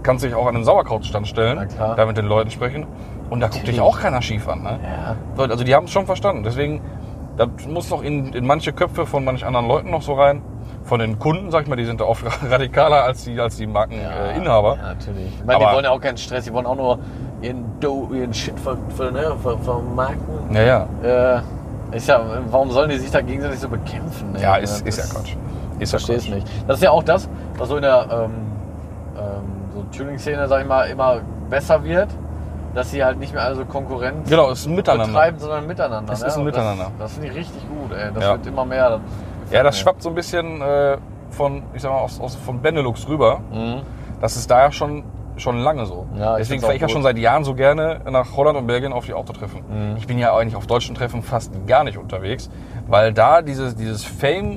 Speaker 3: kannst du dich auch an einen Sauerkrautstand
Speaker 4: Na
Speaker 3: stellen,
Speaker 4: klar.
Speaker 3: da mit den Leuten sprechen und da guckt dich auch keiner schief an. Ne?
Speaker 4: Ja.
Speaker 3: Leute, also die haben es schon verstanden. Deswegen, das muss noch in, in manche Köpfe von manch anderen Leuten noch so rein. Von den Kunden, sag ich mal, die sind da oft radikaler als die, als die Markeninhaber. Äh, Inhaber.
Speaker 4: Ja, natürlich. Ich meine, die
Speaker 3: Aber-
Speaker 4: wollen ja auch keinen Stress, die wollen auch nur ihren Do, ihren Shit ver, ver, ne, ver, vermarkten.
Speaker 3: ja, ja.
Speaker 4: Äh, ist ja, warum sollen die sich da gegenseitig so bekämpfen? ne?
Speaker 3: Ja, ist,
Speaker 4: Das-
Speaker 3: ist ja Quatsch. Ist ja
Speaker 4: verstehe es
Speaker 3: Quatsch.
Speaker 4: nicht. Das ist ja auch das, was so in der ähm, ähm, so Tuning-Szene, sag ich mal, immer besser wird, dass sie halt nicht mehr alle so Konkurrenz
Speaker 3: Genau, es ist ein Miteinander.
Speaker 4: betreiben, sondern miteinander.
Speaker 3: Es
Speaker 4: ne?
Speaker 3: ist ein
Speaker 4: Und
Speaker 3: Miteinander.
Speaker 4: Das, das finde ich richtig gut, ey. Das
Speaker 3: Ja.
Speaker 4: wird immer mehr. Das gefällt
Speaker 3: Ja, das
Speaker 4: mir.
Speaker 3: schwappt so ein bisschen äh, von, ich sag mal, aus, aus, von Benelux rüber.
Speaker 4: Mhm.
Speaker 3: Das ist da ja schon, schon lange so.
Speaker 4: Ja, ich
Speaker 3: Deswegen
Speaker 4: find's auch
Speaker 3: fahre ich ja
Speaker 4: gut.
Speaker 3: schon seit Jahren so gerne nach Holland und Belgien auf die Autotreffen.
Speaker 4: Mhm.
Speaker 3: Ich bin ja eigentlich auf deutschen Treffen fast gar nicht unterwegs, weil da dieses, dieses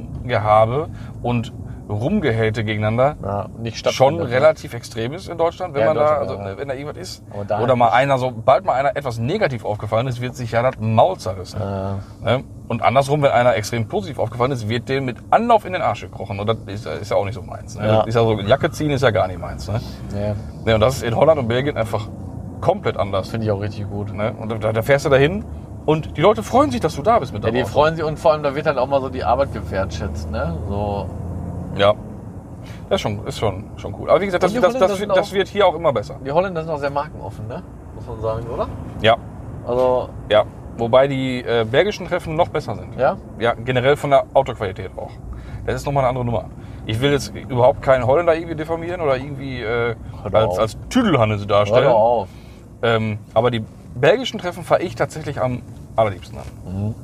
Speaker 3: Fame-Gehabe und Rumgehate gegeneinander
Speaker 4: Ja, nicht stattfindet,
Speaker 3: schon
Speaker 4: ne?
Speaker 3: relativ extrem ist in Deutschland, wenn
Speaker 4: Ja, in
Speaker 3: man da, also,
Speaker 4: Deutschland, ja.
Speaker 3: wenn da irgendwas ist.
Speaker 4: Aber da
Speaker 3: Oder mal
Speaker 4: nicht.
Speaker 3: einer, sobald mal einer etwas negativ aufgefallen ist, wird sich ja das Maul zerrissen.
Speaker 4: Äh,
Speaker 3: Ne? Und andersrum, wenn einer extrem positiv aufgefallen ist, wird dem mit Anlauf in den Arsch gekrochen. Und das ist, ist ja auch nicht so meins. Ne?
Speaker 4: Ja.
Speaker 3: Ist ja so, Jacke ziehen ist ja gar nicht meins. Ne?
Speaker 4: ja,
Speaker 3: Ne, und das ist in Holland und Belgien einfach komplett anders.
Speaker 4: finde ich auch richtig gut.
Speaker 3: Ne? Und da, da fährst du dahin und die Leute freuen sich, dass du da bist mit
Speaker 4: Ja,
Speaker 3: deinem
Speaker 4: die freuen sich und vor allem, da wird halt auch mal so die Arbeit gewertschätzt, ne? So.
Speaker 3: Auto. Ja. Das ist schon, ist schon, schon cool. Aber wie gesagt, das,
Speaker 4: Und die
Speaker 3: das,
Speaker 4: Holländer
Speaker 3: das,
Speaker 4: sind
Speaker 3: wird- das
Speaker 4: auch-
Speaker 3: wird hier auch immer besser.
Speaker 4: Die Holländer sind auch sehr markenoffen, ne? Muss man sagen, oder?
Speaker 3: Ja,
Speaker 4: Also,
Speaker 3: ja. Wobei die äh, belgischen Treffen noch besser sind.
Speaker 4: ja?
Speaker 3: Ja, generell von der Autoqualität auch. Das ist nochmal eine andere Nummer. Ich will jetzt überhaupt keinen Holländer irgendwie diffamieren oder irgendwie äh,
Speaker 4: Hör doch
Speaker 3: als,
Speaker 4: auf.
Speaker 3: als Tüdelhanne
Speaker 4: Hör
Speaker 3: darstellen.
Speaker 4: doch auf.
Speaker 3: Ähm, aber die belgischen Treffen fahre ich tatsächlich am allerliebsten an.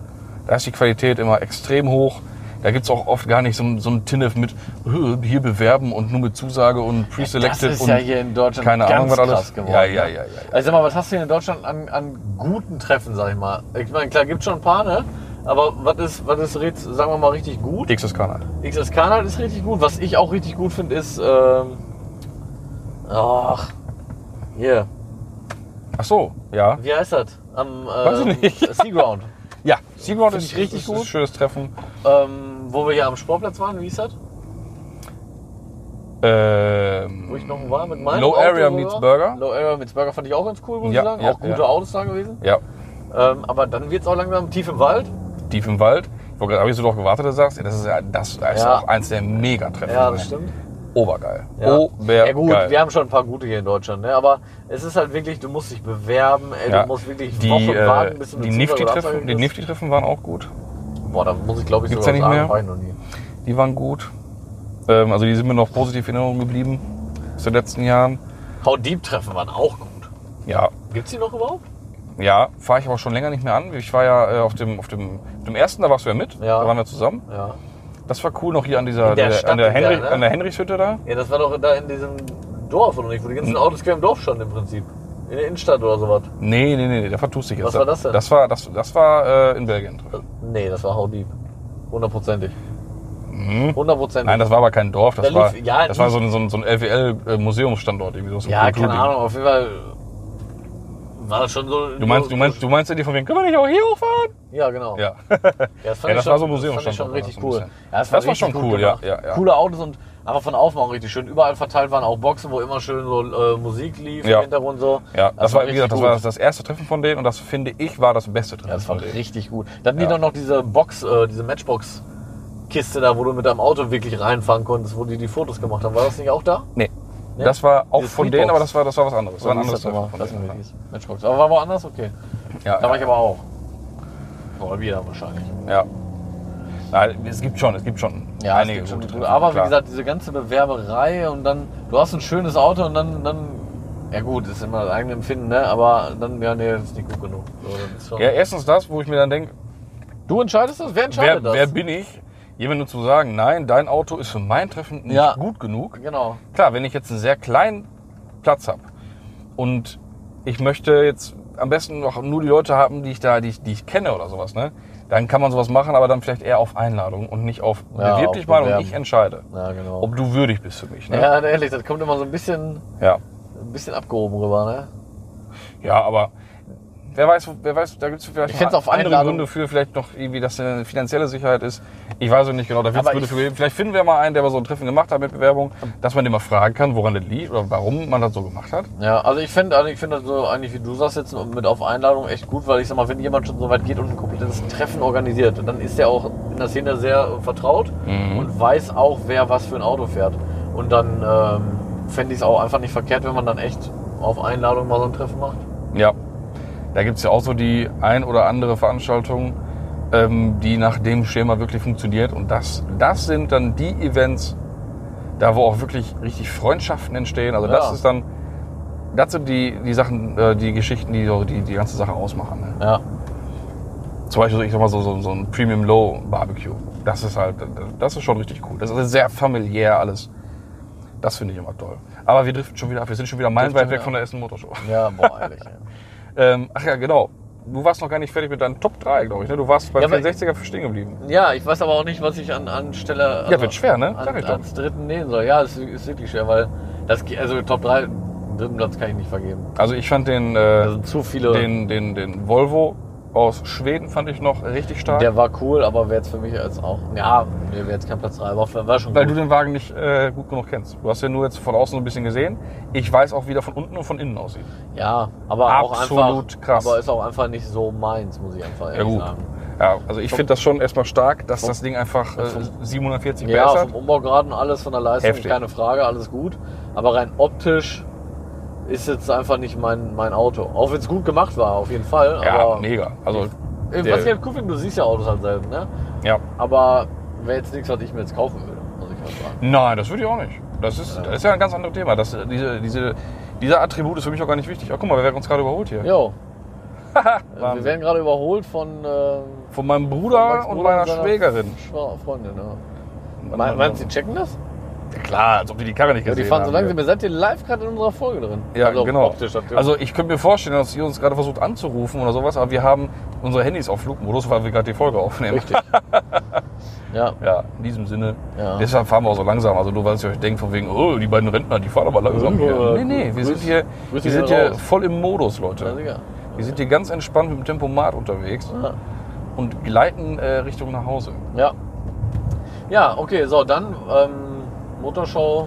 Speaker 3: Da ist die Qualität immer extrem hoch. Da gibt's auch oft gar nicht so, ein- so ein Tinnef mit "Äh, hier bewerben und nur mit Zusage und
Speaker 4: Das
Speaker 3: preselected.
Speaker 4: ist
Speaker 3: und
Speaker 4: ja hier in Deutschland
Speaker 3: keine
Speaker 4: ganz
Speaker 3: Ahnung, was
Speaker 4: krass
Speaker 3: alles.
Speaker 4: geworden.
Speaker 3: Ja, ja, ja, ja, ja.
Speaker 4: Also sag mal, was hast du hier in Deutschland an, an guten Treffen, sag ich mal? Ich meine, klar, gibt schon ein paar, ne? Aber was ist, was ist, jetzt, sagen wir mal, richtig gut?
Speaker 3: Dix ist Kanada.
Speaker 4: XS Kanal ist richtig gut. Was ich auch richtig gut finde, ist. Ähm, ach. Hier.
Speaker 3: Ach so, ja.
Speaker 4: Wie heißt das? Am ähm,
Speaker 3: Weiß ich nicht.
Speaker 4: Seaground.
Speaker 3: Ja, Seaground
Speaker 4: Finde
Speaker 3: ist
Speaker 4: ich richtig
Speaker 3: ist,
Speaker 4: gut.
Speaker 3: Ist ein schönes Treffen.
Speaker 4: ähm, wo wir hier am Sportplatz waren. Wie ist das?
Speaker 3: Ähm,
Speaker 4: Wo ich noch war mit meinem.
Speaker 3: Low
Speaker 4: Auto
Speaker 3: Area
Speaker 4: sogar.
Speaker 3: meets Burger.
Speaker 4: Low Area meets Burger fand ich auch ganz cool, muss
Speaker 3: Ja,
Speaker 4: ich sagen.
Speaker 3: ja,
Speaker 4: auch gute
Speaker 3: ja.
Speaker 4: Autos da gewesen.
Speaker 3: Ja,
Speaker 4: Ähm, aber dann wird es auch langsam tief im Wald.
Speaker 3: tief im Wald. Habe ich so drauf gewartet, dass du sagst, Ja, das ist ja das ist
Speaker 4: Ja.
Speaker 3: auch eins der Mega-Treffen.
Speaker 4: Ja, das stimmt.
Speaker 3: Obergeil.
Speaker 4: Ja.
Speaker 3: Obergeil.
Speaker 4: ja gut, wir haben schon ein paar gute hier in Deutschland, ne? aber es ist halt wirklich, du musst dich bewerben, ey,
Speaker 3: Ja.
Speaker 4: Also du musst wirklich
Speaker 3: die,
Speaker 4: Wochen warten, bis du
Speaker 3: äh,
Speaker 4: eine
Speaker 3: die
Speaker 4: Zusage oder
Speaker 3: Nifty-Treffen
Speaker 4: Absage
Speaker 3: die
Speaker 4: kriegst.
Speaker 3: Nifty-Treffen waren auch gut.
Speaker 4: Boah, da muss ich glaube ich
Speaker 3: Gibt's
Speaker 4: sogar
Speaker 3: ja nicht
Speaker 4: sagen,
Speaker 3: mehr?
Speaker 4: war ich noch nie.
Speaker 3: Die waren gut. Ähm, also die sind mir noch positiv in Erinnerung geblieben aus den letzten Jahren.
Speaker 4: How Deep Treffen waren auch gut.
Speaker 3: Ja,
Speaker 4: Gibt's die noch überhaupt?
Speaker 3: ja, fahre ich aber schon länger nicht mehr an. Ich war ja äh, auf, dem, auf, dem, auf dem ersten, da warst du ja mit.
Speaker 4: Ja.
Speaker 3: Da waren wir zusammen.
Speaker 4: Ja.
Speaker 3: Das war cool, noch hier an dieser
Speaker 4: In der Stadt
Speaker 3: an, der
Speaker 4: in der,
Speaker 3: Henrich,
Speaker 4: ne?
Speaker 3: an der Henrichshütte da.
Speaker 4: Ja, das war doch da in diesem Dorf oder nicht, wo die ganzen Autos quer im Dorf standen im Prinzip. In der Innenstadt oder sowas.
Speaker 3: Nee, nee, nee, nee, da vertust dich jetzt.
Speaker 4: Was war das denn?
Speaker 3: Das war, das, das war äh, in Belgien.
Speaker 4: Äh, Nee, das war How Deep. Hundertprozentig.
Speaker 3: Mhm.
Speaker 4: Hundertprozentig.
Speaker 3: Nein, das war aber kein Dorf, das
Speaker 4: Da
Speaker 3: war,
Speaker 4: lief- ja,
Speaker 3: das war
Speaker 4: lief-
Speaker 3: so ein, so ein, so ein LWL-Museumsstandort. äh, irgendwie so so ein
Speaker 4: ja,
Speaker 3: Kulturding.
Speaker 4: keine Ahnung, auf jeden Fall war das schon so.
Speaker 3: Du meinst, du meinst, du meinst ja die von wegen, können wir nicht auch hier hochfahren?
Speaker 4: Ja, genau.
Speaker 3: Ja.
Speaker 4: Ja, das, fand
Speaker 3: Ja,
Speaker 4: ich
Speaker 3: das
Speaker 4: schon,
Speaker 3: war so ein Museum-
Speaker 4: Das fand ich schon
Speaker 3: Standort,
Speaker 4: richtig
Speaker 3: war das so
Speaker 4: cool.
Speaker 3: ein
Speaker 4: Ja,
Speaker 3: bisschen.
Speaker 4: das
Speaker 3: Das war
Speaker 4: richtig
Speaker 3: schon
Speaker 4: gut
Speaker 3: cool, ja,
Speaker 4: gemacht.
Speaker 3: ja, ja.
Speaker 4: Coole Autos und aber von Aufmachung richtig schön. Überall verteilt waren auch Boxen, wo immer schön so äh, Musik lief
Speaker 3: Ja.
Speaker 4: im Hintergrund so.
Speaker 3: Ja, das, war, wie
Speaker 4: richtig
Speaker 3: gesagt, das
Speaker 4: gut.
Speaker 3: war das, das erste Treffen von denen und das finde ich war das beste Treffen
Speaker 4: Ja, das
Speaker 3: von
Speaker 4: war
Speaker 3: denen.
Speaker 4: richtig gut. Dann die
Speaker 3: Ja.
Speaker 4: doch noch diese Box, äh, diese Matchbox-Kiste da, wo du mit deinem Auto wirklich reinfahren konntest, wo die die Fotos gemacht haben. War das nicht auch da?
Speaker 3: Nee.
Speaker 4: Nee?
Speaker 3: Das war auch
Speaker 4: Dieses
Speaker 3: von denen,
Speaker 4: Speedbox.
Speaker 3: aber das war, das war was anderes. Das war ein
Speaker 4: Oder wie
Speaker 3: anderes
Speaker 4: hieß das
Speaker 3: Treffen
Speaker 4: nochmal?
Speaker 3: von
Speaker 4: Weiß nicht
Speaker 3: denen.
Speaker 4: mehr, wie hieß. Matchbox. Aber war woanders? Okay.
Speaker 3: Ja,
Speaker 4: Da war
Speaker 3: ja,
Speaker 4: ich aber auch. Oder wir dann wahrscheinlich.
Speaker 3: ja. Nein, es gibt schon, es gibt schon
Speaker 4: Ja,
Speaker 3: einige
Speaker 4: es gibt schon
Speaker 3: gute
Speaker 4: gute,
Speaker 3: Treffen,
Speaker 4: aber
Speaker 3: klar.
Speaker 4: wie gesagt, diese ganze Bewerberei und dann, du hast ein schönes Auto und dann, dann ja gut, ist immer das eigene Empfinden, ne? aber dann, ja, nee, das ist nicht gut genug. So, dann ist schon-
Speaker 3: Ja, erstens das, wo ich mir dann denke,
Speaker 4: du entscheidest das, wer entscheidet
Speaker 3: wer,
Speaker 4: das?
Speaker 3: wer bin ich, jemandem zu sagen, nein, dein Auto ist für mein Treffen nicht
Speaker 4: Ja.
Speaker 3: gut genug.
Speaker 4: genau.
Speaker 3: Klar, wenn ich jetzt einen sehr kleinen Platz habe und ich möchte jetzt am besten noch nur die Leute haben, die ich da, die ich, die ich kenne oder sowas, ne? Dann kann man sowas machen, aber dann vielleicht eher auf Einladung und nicht auf
Speaker 4: Ja,
Speaker 3: bewirb
Speaker 4: auf
Speaker 3: dich mal und
Speaker 4: Bewerben.
Speaker 3: ich entscheide,
Speaker 4: Ja, genau.
Speaker 3: ob du würdig bist für mich. Ne?
Speaker 4: ja, ehrlich, das kommt immer so ein bisschen,
Speaker 3: Ja.
Speaker 4: ein bisschen abgehoben rüber, ne?
Speaker 3: ja, aber wer weiß, wer weiß, da gibt es vielleicht
Speaker 4: Ich
Speaker 3: noch
Speaker 4: find's auf
Speaker 3: andere
Speaker 4: Einladung-
Speaker 3: Gründe für, vielleicht noch irgendwie, dass eine finanzielle Sicherheit ist. Ich weiß es nicht genau, da wird's
Speaker 4: Aber
Speaker 3: Gründe
Speaker 4: ich-
Speaker 3: für geben. Vielleicht finden wir mal einen, der mal so ein Treffen gemacht hat mit Bewerbung, dass man den mal fragen kann, woran das liegt oder warum man das so gemacht hat.
Speaker 4: Ja, also ich finde also ich find das so eigentlich, wie du sagst, jetzt mit auf Einladung echt gut, weil ich sag mal, wenn jemand schon so weit geht und ein komplettes Treffen organisiert, dann ist er auch in der Szene sehr äh, vertraut
Speaker 3: Mhm.
Speaker 4: und weiß auch, wer was für ein Auto fährt. Und dann ähm, fände ich es auch einfach nicht verkehrt, wenn man dann echt auf Einladung mal so ein Treffen macht.
Speaker 3: Ja, da gibt's ja auch so die ein oder andere Veranstaltung, ähm, die nach dem Schema wirklich funktioniert. Und das, das sind dann die Events, da wo auch wirklich richtig Freundschaften entstehen. Also das
Speaker 4: Ja.
Speaker 3: ist dann, das sind die, die Sachen, äh, die Geschichten, die so die, die ganze Sache ausmachen. Ne?
Speaker 4: Ja,
Speaker 3: Zum Beispiel, so, ich sag mal, so, so, so ein Premium Low Barbecue. Das ist halt, das ist schon richtig cool. Das ist sehr familiär alles. Das finde ich immer toll. Aber wir driften schon wieder ab. Wir sind schon wieder meilenweit
Speaker 4: schon
Speaker 3: weg
Speaker 4: wieder
Speaker 3: von der Essen Motorshow.
Speaker 4: ja, boah, ehrlich. ey.
Speaker 3: Ähm, ach ja, genau. Du warst noch gar nicht fertig mit deinen Top 3, glaube ich. Ne? Du warst beim
Speaker 4: Ja, aber-
Speaker 3: 64er stehen geblieben.
Speaker 4: Ja, ich weiß aber auch nicht, was ich an, anstelle. Also
Speaker 3: wird schwer, ne? Sag
Speaker 4: An,
Speaker 3: ich doch.
Speaker 4: ans dritten nehmen soll. Ja, es ist, ist wirklich schwer, weil das, ge- also Top 3, dritten Platz kann ich nicht vergeben.
Speaker 3: Also ich fand den, äh,
Speaker 4: Da sind zu viele.
Speaker 3: den, den, den Volvo aus Schweden fand ich noch richtig stark.
Speaker 4: Der war cool, aber wäre jetzt für mich jetzt auch. Ja, mir wäre jetzt kein Platz 3, aber war schon
Speaker 3: weil
Speaker 4: gut.
Speaker 3: du den Wagen nicht äh, gut genug kennst. Du hast den nur jetzt von außen so ein bisschen gesehen. Ich weiß auch, wie der von unten und von innen aussieht.
Speaker 4: ja, aber auch
Speaker 3: Absolut
Speaker 4: einfach,
Speaker 3: krass.
Speaker 4: Aber ist auch einfach nicht so meins, muss ich einfach ehrlich sagen.
Speaker 3: Ja, also ich finde das schon erstmal stark, dass das Ding einfach äh,
Speaker 4: Vom-
Speaker 3: 740 PS
Speaker 4: Ja,
Speaker 3: hat.
Speaker 4: vom Umbaugrad und alles, von der Leistung,
Speaker 3: Heftig.
Speaker 4: keine Frage, alles gut. Aber rein optisch ist jetzt einfach nicht mein, mein Auto. Auch wenn es gut gemacht war, auf jeden Fall.
Speaker 3: Ja,
Speaker 4: aber äh,
Speaker 3: mega. Also,
Speaker 4: Ey,
Speaker 3: der-
Speaker 4: was ich halt cool finde, du siehst ja Autos halt selten, ne?
Speaker 3: ja.
Speaker 4: Aber wäre jetzt nichts, was ich halt mir jetzt kaufen würde. muss ich das war.
Speaker 3: Nein, das würde ich auch nicht. Das ist, das ist ja ein ganz anderes Thema. Das, äh, diese, diese, dieser Attribut ist für mich auch gar nicht wichtig. Ach, guck mal, wer werden uns gerade überholt hier?
Speaker 4: Jo, Äh, wir
Speaker 3: Wahnsinn.
Speaker 4: werden gerade überholt von, äh,
Speaker 3: Von meinem
Speaker 4: von
Speaker 3: Bruder
Speaker 4: Max
Speaker 3: und
Speaker 4: Bruder
Speaker 3: meiner
Speaker 4: seiner
Speaker 3: Schwägerin.
Speaker 4: Schwa- Freundin, ja. ne? Me- Meinst du, die checken das?
Speaker 3: Ja, klar, als ob die die Karre nicht
Speaker 4: Ja,
Speaker 3: gesehen
Speaker 4: die fahren so
Speaker 3: haben.
Speaker 4: langsam. Ihr seid hier live gerade in unserer Folge drin.
Speaker 3: Ja,
Speaker 4: Also
Speaker 3: genau.
Speaker 4: Optisch, natürlich.
Speaker 3: also ich könnte mir vorstellen, dass ihr uns gerade versucht anzurufen oder sowas, aber wir haben unsere Handys auf Flugmodus, weil wir gerade die Folge aufnehmen.
Speaker 4: Richtig. ja,
Speaker 3: Ja, in diesem Sinne.
Speaker 4: Ja.
Speaker 3: Deshalb fahren wir auch so langsam. Also nur weil ihr euch denkt von wegen, oh, die beiden Rentner, die fahren aber langsam hier.
Speaker 4: Ja,
Speaker 3: Nee, nee, wir
Speaker 4: grüß-
Speaker 3: sind hier, wir
Speaker 4: grüß dich
Speaker 3: sind
Speaker 4: da
Speaker 3: hier
Speaker 4: raus.
Speaker 3: voll im Modus, Leute.
Speaker 4: ja, sicher.
Speaker 3: Wir sind hier ganz entspannt mit dem Tempomat unterwegs
Speaker 4: Ja.
Speaker 3: und gleiten äh, Richtung nach Hause.
Speaker 4: Ja. Ja, okay, so, dann ähm, Motorshow.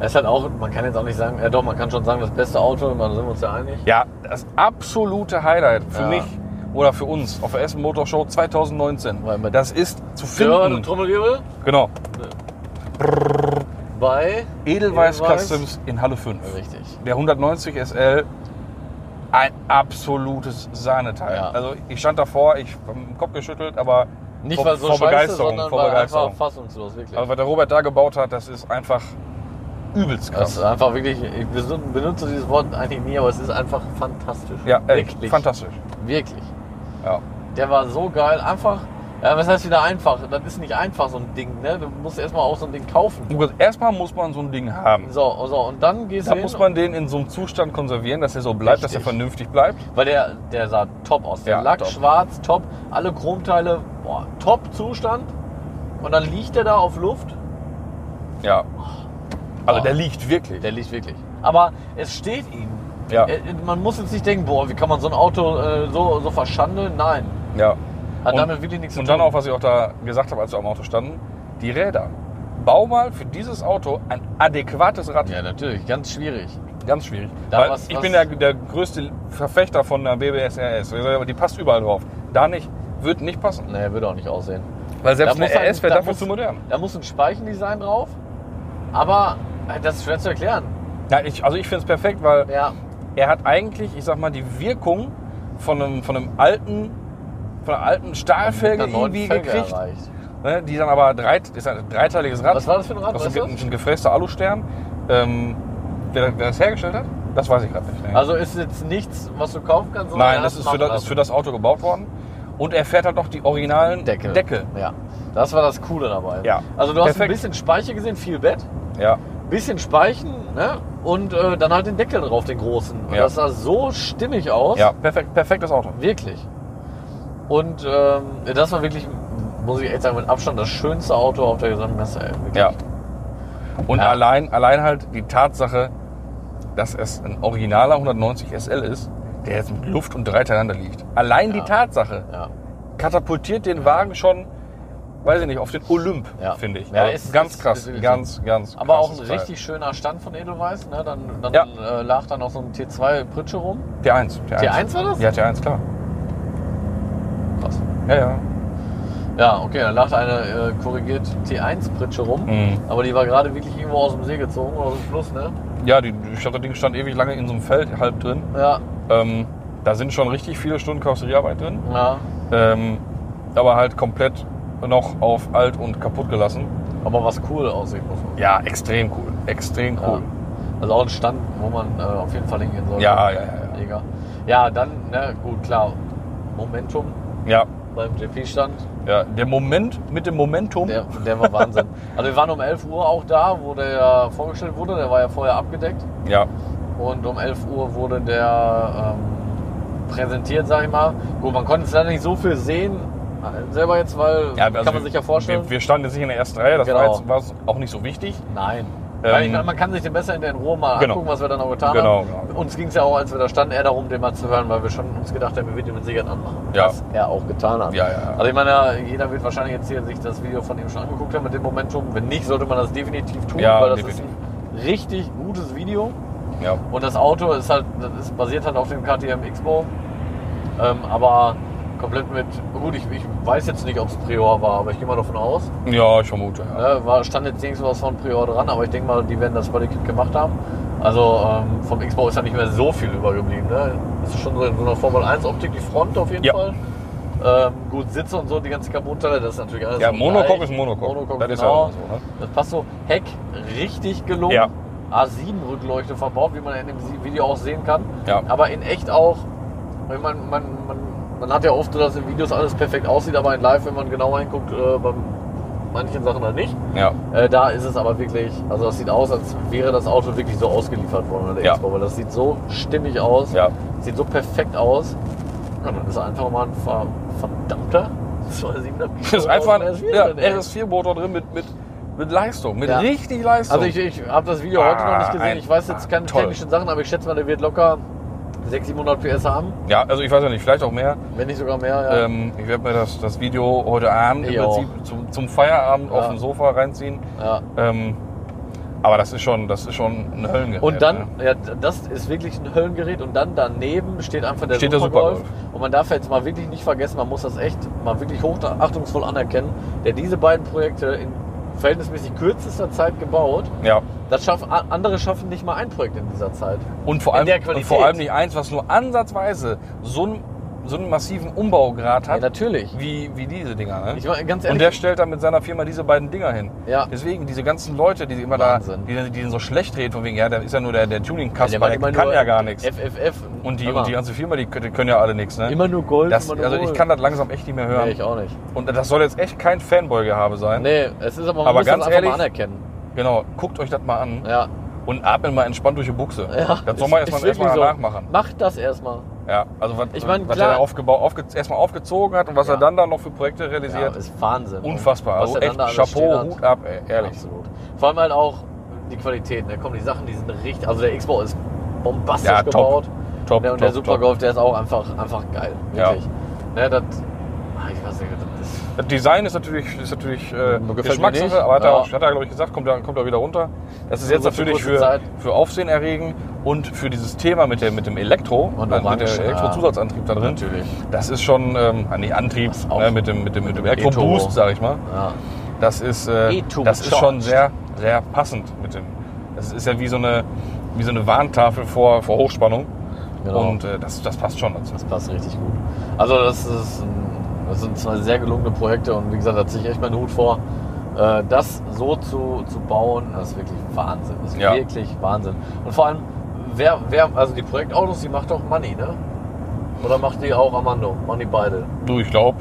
Speaker 4: Es ist halt auch, man kann jetzt auch nicht sagen, ja doch, man kann schon sagen, das beste Auto, da sind wir uns ja einig.
Speaker 3: Ja, das absolute Highlight für
Speaker 4: Ja.
Speaker 3: mich oder für uns auf der Essen Motor Show 2019.
Speaker 4: Weil man-
Speaker 3: Das ist zu
Speaker 4: Für den
Speaker 3: finden.
Speaker 4: Trommelwirbel
Speaker 3: genau.
Speaker 4: bei.
Speaker 3: Edelweiss,
Speaker 4: Edelweiss.
Speaker 3: Customs in Halle 5.
Speaker 4: Richtig.
Speaker 3: Der 190 SL, ein absolutes Sahneteil.
Speaker 4: Ja.
Speaker 3: Also ich stand davor, ich hab den Kopf geschüttelt, aber
Speaker 4: Nicht
Speaker 3: vor,
Speaker 4: weil es so
Speaker 3: vor
Speaker 4: scheiße,
Speaker 3: Begeisterung,
Speaker 4: sondern
Speaker 3: vor
Speaker 4: weil einfach
Speaker 3: Begeisterung.
Speaker 4: fassungslos, wirklich.
Speaker 3: Also was der Robert da gebaut hat, das ist einfach übelst krass.
Speaker 4: das ist einfach wirklich, ich benut- benutze dieses Wort eigentlich nie, aber es ist einfach fantastisch.
Speaker 3: ja, echt,
Speaker 4: wirklich.
Speaker 3: fantastisch.
Speaker 4: Wirklich.
Speaker 3: Ja.
Speaker 4: Der war so geil, einfach. Ja, was heißt wieder einfach? Das ist nicht einfach, so ein Ding, ne? Du musst erstmal auch so ein Ding kaufen.
Speaker 3: Gut, Erstmal muss man so ein Ding haben.
Speaker 4: So, so, und dann gehst du
Speaker 3: Da
Speaker 4: hin
Speaker 3: muss man den in so einem Zustand konservieren, dass er so bleibt, dass er
Speaker 4: Richtig.
Speaker 3: vernünftig bleibt.
Speaker 4: Weil der, der sah top aus. Der
Speaker 3: Ja,
Speaker 4: Lack
Speaker 3: top.
Speaker 4: schwarz, top. Alle Chromteile, boah, top Zustand. Und dann liegt der da auf Luft.
Speaker 3: Ja. Also
Speaker 4: Ah.
Speaker 3: der liegt wirklich.
Speaker 4: Der liegt wirklich. Aber es steht ihm.
Speaker 3: Ja.
Speaker 4: Äh, Man muss jetzt nicht denken, boah, wie kann man so ein Auto äh, so, so verschandeln? Nein.
Speaker 3: ja.
Speaker 4: Hat
Speaker 3: Und-
Speaker 4: damit wirklich nichts zu
Speaker 3: Und
Speaker 4: tun.
Speaker 3: dann auch, was ich auch da gesagt habe, als wir am Auto standen, die Räder. Bau mal für dieses Auto ein adäquates Rad.
Speaker 4: Ja, natürlich. Ganz schwierig.
Speaker 3: Ganz schwierig.
Speaker 4: Da
Speaker 3: Weil
Speaker 4: was-
Speaker 3: ich
Speaker 4: was-
Speaker 3: bin der, der größte Verfechter von der BBS RS. Die passt überall drauf. Da nicht. Wird nicht passen.
Speaker 4: Naja, würde auch nicht aussehen.
Speaker 3: Weil selbst eine
Speaker 4: muss halt-
Speaker 3: RS wäre
Speaker 4: Ne. da
Speaker 3: dafür
Speaker 4: muss-
Speaker 3: zu modern.
Speaker 4: Da muss ein Speichendesign drauf. Aber äh, das ist schwer zu erklären.
Speaker 3: Ja, ich, also ich finde es perfekt, weil
Speaker 4: Ja.
Speaker 3: er hat eigentlich, ich sag mal, die Wirkung von einem, von einem alten, von einer alten Stahlfelge
Speaker 4: Mit einer neuen
Speaker 3: irgendwie
Speaker 4: Felge
Speaker 3: gekriegt.
Speaker 4: erreicht.
Speaker 3: Ne, die dann aber drei, ist ein dreiteiliges Rad.
Speaker 4: Was war das für ein Rad,
Speaker 3: Das ist
Speaker 4: weißt
Speaker 3: ein,
Speaker 4: du das?
Speaker 3: ein gefräster Alustern. Ähm, wer, wer das hergestellt hat, das weiß ich gerade nicht. ne.
Speaker 4: Also ist jetzt nichts, was du kaufen kannst. sondern
Speaker 3: Nein,
Speaker 4: er
Speaker 3: das
Speaker 4: hat's
Speaker 3: ist für,
Speaker 4: machen
Speaker 3: das ist
Speaker 4: lassen.
Speaker 3: für das Auto gebaut worden. Und er fährt halt noch die originalen
Speaker 4: Deckel. Ja, das war das Coole dabei.
Speaker 3: Ja.
Speaker 4: Also du hast
Speaker 3: Perfekt.
Speaker 4: ein bisschen Speiche gesehen, viel Bett,
Speaker 3: Ja,
Speaker 4: bisschen Speichen ne? und äh, dann halt den Deckel drauf, den großen. Und
Speaker 3: Ja.
Speaker 4: Das sah so stimmig aus.
Speaker 3: ja perfekt, perfektes Auto.
Speaker 4: Wirklich. Und ähm, das war wirklich, muss ich echt sagen, mit Abstand das schönste Auto auf der gesamten Messe. ey. Wirklich.
Speaker 3: Ja. Und
Speaker 4: Ja.
Speaker 3: Allein, allein halt die Tatsache, dass es ein originaler 190 SL ist, der jetzt mit Luft und Dreiteinander liegt. Allein
Speaker 4: Ja.
Speaker 3: die Tatsache
Speaker 4: Ja.
Speaker 3: katapultiert den Wagen schon, weiß ich nicht, auf den Olymp,
Speaker 4: Ja.
Speaker 3: finde ich.
Speaker 4: Ja,
Speaker 3: Also
Speaker 4: ist-
Speaker 3: ganz
Speaker 4: ist-
Speaker 3: krass,
Speaker 4: ist wirklich
Speaker 3: ganz, ganz
Speaker 4: Aber auch ein
Speaker 3: krasses Teil.
Speaker 4: richtig schöner Stand von Edelweiss. Ne? Dann, dann
Speaker 3: Ja.
Speaker 4: äh, lag da noch so ein T2-Pritsche rum.
Speaker 3: T1.
Speaker 4: T1 war das?
Speaker 3: Ja, T1, klar.
Speaker 4: Krass.
Speaker 3: Ja, ja.
Speaker 4: Ja, okay, da lag eine äh, korrigiert T1-Pritsche rum.
Speaker 3: Mhm.
Speaker 4: Aber die war gerade wirklich irgendwo aus dem See gezogen oder aus dem Fluss, ne?
Speaker 3: Ja, die, ich glaub, das Ding stand ewig lange in so einem Feld halb drin.
Speaker 4: Ja,
Speaker 3: Ähm, da sind schon richtig viele Stunden Karosseriearbeit drin.
Speaker 4: ja.
Speaker 3: Ähm, aber halt komplett noch auf alt und kaputt gelassen.
Speaker 4: Aber was cool aussieht, muss man.
Speaker 3: Ja, extrem cool. Extrem cool.
Speaker 4: Also auch ein Stand, wo man äh, auf jeden Fall hingehen sollte.
Speaker 3: Ja, ja, ja, ja.
Speaker 4: Mega. Ja, dann, ne, gut, klar. Momentum
Speaker 3: Ja.
Speaker 4: beim GP-Stand,
Speaker 3: ja. Der Moment mit dem Momentum.
Speaker 4: der, der war Wahnsinn. Also wir waren um 11 Uhr auch da, wo der ja vorgestellt wurde. Der war ja vorher abgedeckt.
Speaker 3: Ja.
Speaker 4: Und um 11 Uhr wurde der ähm, präsentiert, sag ich mal. Gut, man konnte es leider nicht so viel sehen, äh, selber jetzt, weil
Speaker 3: Ja,
Speaker 4: kann
Speaker 3: also
Speaker 4: man sich ja vorstellen.
Speaker 3: Wir, wir standen jetzt nicht in der ersten Reihe, das war
Speaker 4: Genau.
Speaker 3: jetzt war es auch nicht so wichtig.
Speaker 4: Nein.
Speaker 3: Ähm,
Speaker 4: Weil ich meine, man kann sich den besser in den Ruhe mal
Speaker 3: Genau.
Speaker 4: angucken, was wir dann auch getan
Speaker 3: Genau,
Speaker 4: haben.
Speaker 3: genau.
Speaker 4: Uns ging es ja auch, als wir da standen, eher darum, den mal zu hören, weil wir schon uns gedacht haben, wir werden den mit Sicherheit anmachen.
Speaker 3: Ja.
Speaker 4: Was er auch getan hat.
Speaker 3: Ja, ja, ja.
Speaker 4: Also ich meine, jeder wird wahrscheinlich jetzt hier sich das Video von ihm schon angeguckt haben mit dem Momentum. Wenn nicht, sollte man das definitiv tun,
Speaker 3: Ja,
Speaker 4: weil das
Speaker 3: definitiv.
Speaker 4: ist ein richtig gutes Video.
Speaker 3: Ja.
Speaker 4: Und das Auto ist halt, das ist basiert halt auf dem KTM X-Bow. Ähm, aber komplett mit, gut, ich, ich weiß jetzt nicht, ob es Prior war, aber ich gehe mal davon aus.
Speaker 3: Ja, ich vermute. Ja.
Speaker 4: Ne, war, stand jetzt nirgends was von Prior dran, aber ich denke mal, die werden das Body Kit gemacht haben. Also ähm, vom X-Bow ist ja nicht mehr so viel übergeblieben. Ne? Das ist schon so in so einer Formel 1-Optik, die Front auf jeden
Speaker 3: Ja.
Speaker 4: Fall. Ähm, gut, Sitze und so, die ganzen Carbonteile, das ist natürlich alles.
Speaker 3: Ja,
Speaker 4: so
Speaker 3: Monocoque
Speaker 4: gleich.
Speaker 3: ist Monocoque.
Speaker 4: Monocoque,
Speaker 3: Das ist
Speaker 4: genau.
Speaker 3: halt so, ne?
Speaker 4: Das passt so. Heck, richtig gelungen.
Speaker 3: Ja.
Speaker 4: A7-Rückleuchte verbaut, wie man in dem Video auch sehen kann.
Speaker 3: Ja.
Speaker 4: Aber in echt auch, wenn man, man, man, man hat ja oft so, dass in Videos alles perfekt aussieht, aber in Live, wenn man genau hinguckt, äh, bei manchen Sachen dann nicht.
Speaker 3: Ja.
Speaker 4: Äh, da ist es aber wirklich, also das sieht aus, als wäre das Auto wirklich so ausgeliefert worden an der
Speaker 3: Ja.
Speaker 4: Expo, weil das sieht so stimmig aus,
Speaker 3: Ja.
Speaker 4: sieht so perfekt aus. Ja, dann ist er einfach mal ein ver verdammter 2,7er.
Speaker 3: Das ist einfach ein
Speaker 4: RS4
Speaker 3: ja,
Speaker 4: drin, ey.
Speaker 3: RS4-Motor drin mit, mit, mit Leistung, mit
Speaker 4: Ja.
Speaker 3: richtig Leistung.
Speaker 4: Also ich, ich habe das Video heute noch
Speaker 3: Ah,
Speaker 4: nicht gesehen,
Speaker 3: ein-
Speaker 4: ich weiß jetzt keine
Speaker 3: toll.
Speaker 4: technischen Sachen, aber ich schätze mal, der wird locker 600, 700 PS haben,
Speaker 3: ja, also ich weiß ja nicht, vielleicht auch mehr.
Speaker 4: wenn nicht sogar mehr. Ja.
Speaker 3: Ähm, ich werde mir das, das Video heute Abend
Speaker 4: Ich
Speaker 3: im Prinzip zum, zum Feierabend
Speaker 4: Ja.
Speaker 3: auf dem Sofa reinziehen.
Speaker 4: ja.
Speaker 3: Ähm, aber das ist schon, das ist schon ein Höllengerät.
Speaker 4: Und dann,
Speaker 3: ne?
Speaker 4: ja, das ist wirklich ein Höllengerät und dann daneben steht einfach der
Speaker 3: Steht der
Speaker 4: Supergolf.
Speaker 3: Supergolf.
Speaker 4: Und man darf jetzt mal wirklich nicht vergessen, man muss das echt mal wirklich hochachtungsvoll anerkennen, der diese beiden Projekte in verhältnismäßig kürzester Zeit gebaut.
Speaker 3: Ja.
Speaker 4: Das schaffen andere schaffen nicht mal ein Projekt in dieser Zeit.
Speaker 3: Und vor,
Speaker 4: In
Speaker 3: allem,
Speaker 4: der
Speaker 3: und
Speaker 4: Qualität.
Speaker 3: vor allem nicht eins, was nur ansatzweise so einen, so einen massiven Umbaugrad
Speaker 4: Ja,
Speaker 3: hat,
Speaker 4: natürlich.
Speaker 3: wie, wie diese Dinger. Ne?
Speaker 4: Ich meine, ganz
Speaker 3: Und der
Speaker 4: ehrlich,
Speaker 3: stellt dann mit seiner Firma diese beiden Dinger hin.
Speaker 4: Ja.
Speaker 3: Deswegen, diese ganzen Leute, die immer
Speaker 4: Wahnsinn.
Speaker 3: da, die, die den so schlecht reden, von wegen, ja, der ist ja nur der, der Tuning-Kasper,
Speaker 4: macht
Speaker 3: der,
Speaker 4: immer
Speaker 3: kann
Speaker 4: nur
Speaker 3: ja gar nichts.
Speaker 4: FFF.
Speaker 3: Und die,
Speaker 4: Immer.
Speaker 3: und die ganze Firma, die können, die können ja alle nichts, ne?
Speaker 4: immer nur Gold,
Speaker 3: das,
Speaker 4: immer nur
Speaker 3: also ich
Speaker 4: Gold.
Speaker 3: kann das langsam echt nicht mehr hören.
Speaker 4: Nee, ich auch nicht.
Speaker 3: und das soll jetzt echt kein Fanboy-Gehabe sein.
Speaker 4: Nee, es ist aber, man
Speaker 3: Aber
Speaker 4: muss
Speaker 3: ganz
Speaker 4: das einfach
Speaker 3: ehrlich-
Speaker 4: mal anerkennen.
Speaker 3: Genau, guckt euch das mal an
Speaker 4: Ja,
Speaker 3: und atmet mal entspannt durch die Buchse.
Speaker 4: ja.
Speaker 3: Das soll man erstmal
Speaker 4: Ist- ist wirklich
Speaker 3: erstmal
Speaker 4: so.
Speaker 3: nachmachen.
Speaker 4: Macht das erstmal.
Speaker 3: Ja, also was,
Speaker 4: Ich meine,
Speaker 3: was
Speaker 4: klar-
Speaker 3: er da aufgebaut, aufge, erstmal aufgezogen hat und was
Speaker 4: Ja.
Speaker 3: er dann da noch für Projekte
Speaker 4: Ja,
Speaker 3: realisiert.
Speaker 4: ist Wahnsinn. ne?
Speaker 3: Unfassbar.
Speaker 4: Was
Speaker 3: Also
Speaker 4: er dann
Speaker 3: echt
Speaker 4: da alles stehen
Speaker 3: Chapeau,
Speaker 4: hat.
Speaker 3: Hut ab, ey, ehrlich.
Speaker 4: Absolut. Vor allem halt auch die Qualität. Ne? Komm, die Sachen, die sind richtig. Also der X-Bau ist bombastisch
Speaker 3: Ja, top.
Speaker 4: gebaut.
Speaker 3: Top,
Speaker 4: ne? Und der
Speaker 3: top,
Speaker 4: Supergolf, der ist auch einfach, einfach geil.
Speaker 3: Ja.
Speaker 4: Wirklich. Ne, das, ah, ich weiß nicht, das ist,
Speaker 3: Das Design ist natürlich, ist natürlich äh,
Speaker 4: Gefällt mir nicht.
Speaker 3: Geschmackssache, aber hat er,
Speaker 4: Ja.
Speaker 3: auch- hat er glaube ich gesagt, kommt er, kommt er wieder runter. Das ist jetzt
Speaker 4: Also für
Speaker 3: natürlich
Speaker 4: kurze
Speaker 3: für,
Speaker 4: Zeit.
Speaker 3: für Aufsehen erregen und für dieses Thema mit, der, mit dem Elektro,
Speaker 4: Und
Speaker 3: äh, mit dem
Speaker 4: orange, ja.
Speaker 3: Elektro-Zusatzantrieb da drin,
Speaker 4: Natürlich.
Speaker 3: das ist schon, ähm, ah, nee, Antrieb,
Speaker 4: Das auch.
Speaker 3: ne, mit dem, mit dem, mit dem
Speaker 4: E-Turbo.
Speaker 3: Elektro-Boost, sag ich mal,
Speaker 4: ja.
Speaker 3: das ist, äh,
Speaker 4: E-Turbo
Speaker 3: das ist
Speaker 4: charged.
Speaker 3: schon sehr, sehr passend mit dem. Das ist ja wie so eine, wie so eine Warntafel vor, vor Hochspannung
Speaker 4: Genau.
Speaker 3: und äh, das, das passt schon dazu.
Speaker 4: Das passt richtig gut. Also das, ist ein, das sind zwei sehr gelungene Projekte und wie gesagt, da ziehe ich echt meinen Hut vor. Äh, Das so zu, zu bauen, das ist wirklich Wahnsinn. Das ist
Speaker 3: Ja.
Speaker 4: wirklich Wahnsinn. Und vor allem, wer, wer, also die Projektautos, die macht doch Money, ne? Oder macht die auch Armando? Machen die beide?
Speaker 3: Du, ich glaube,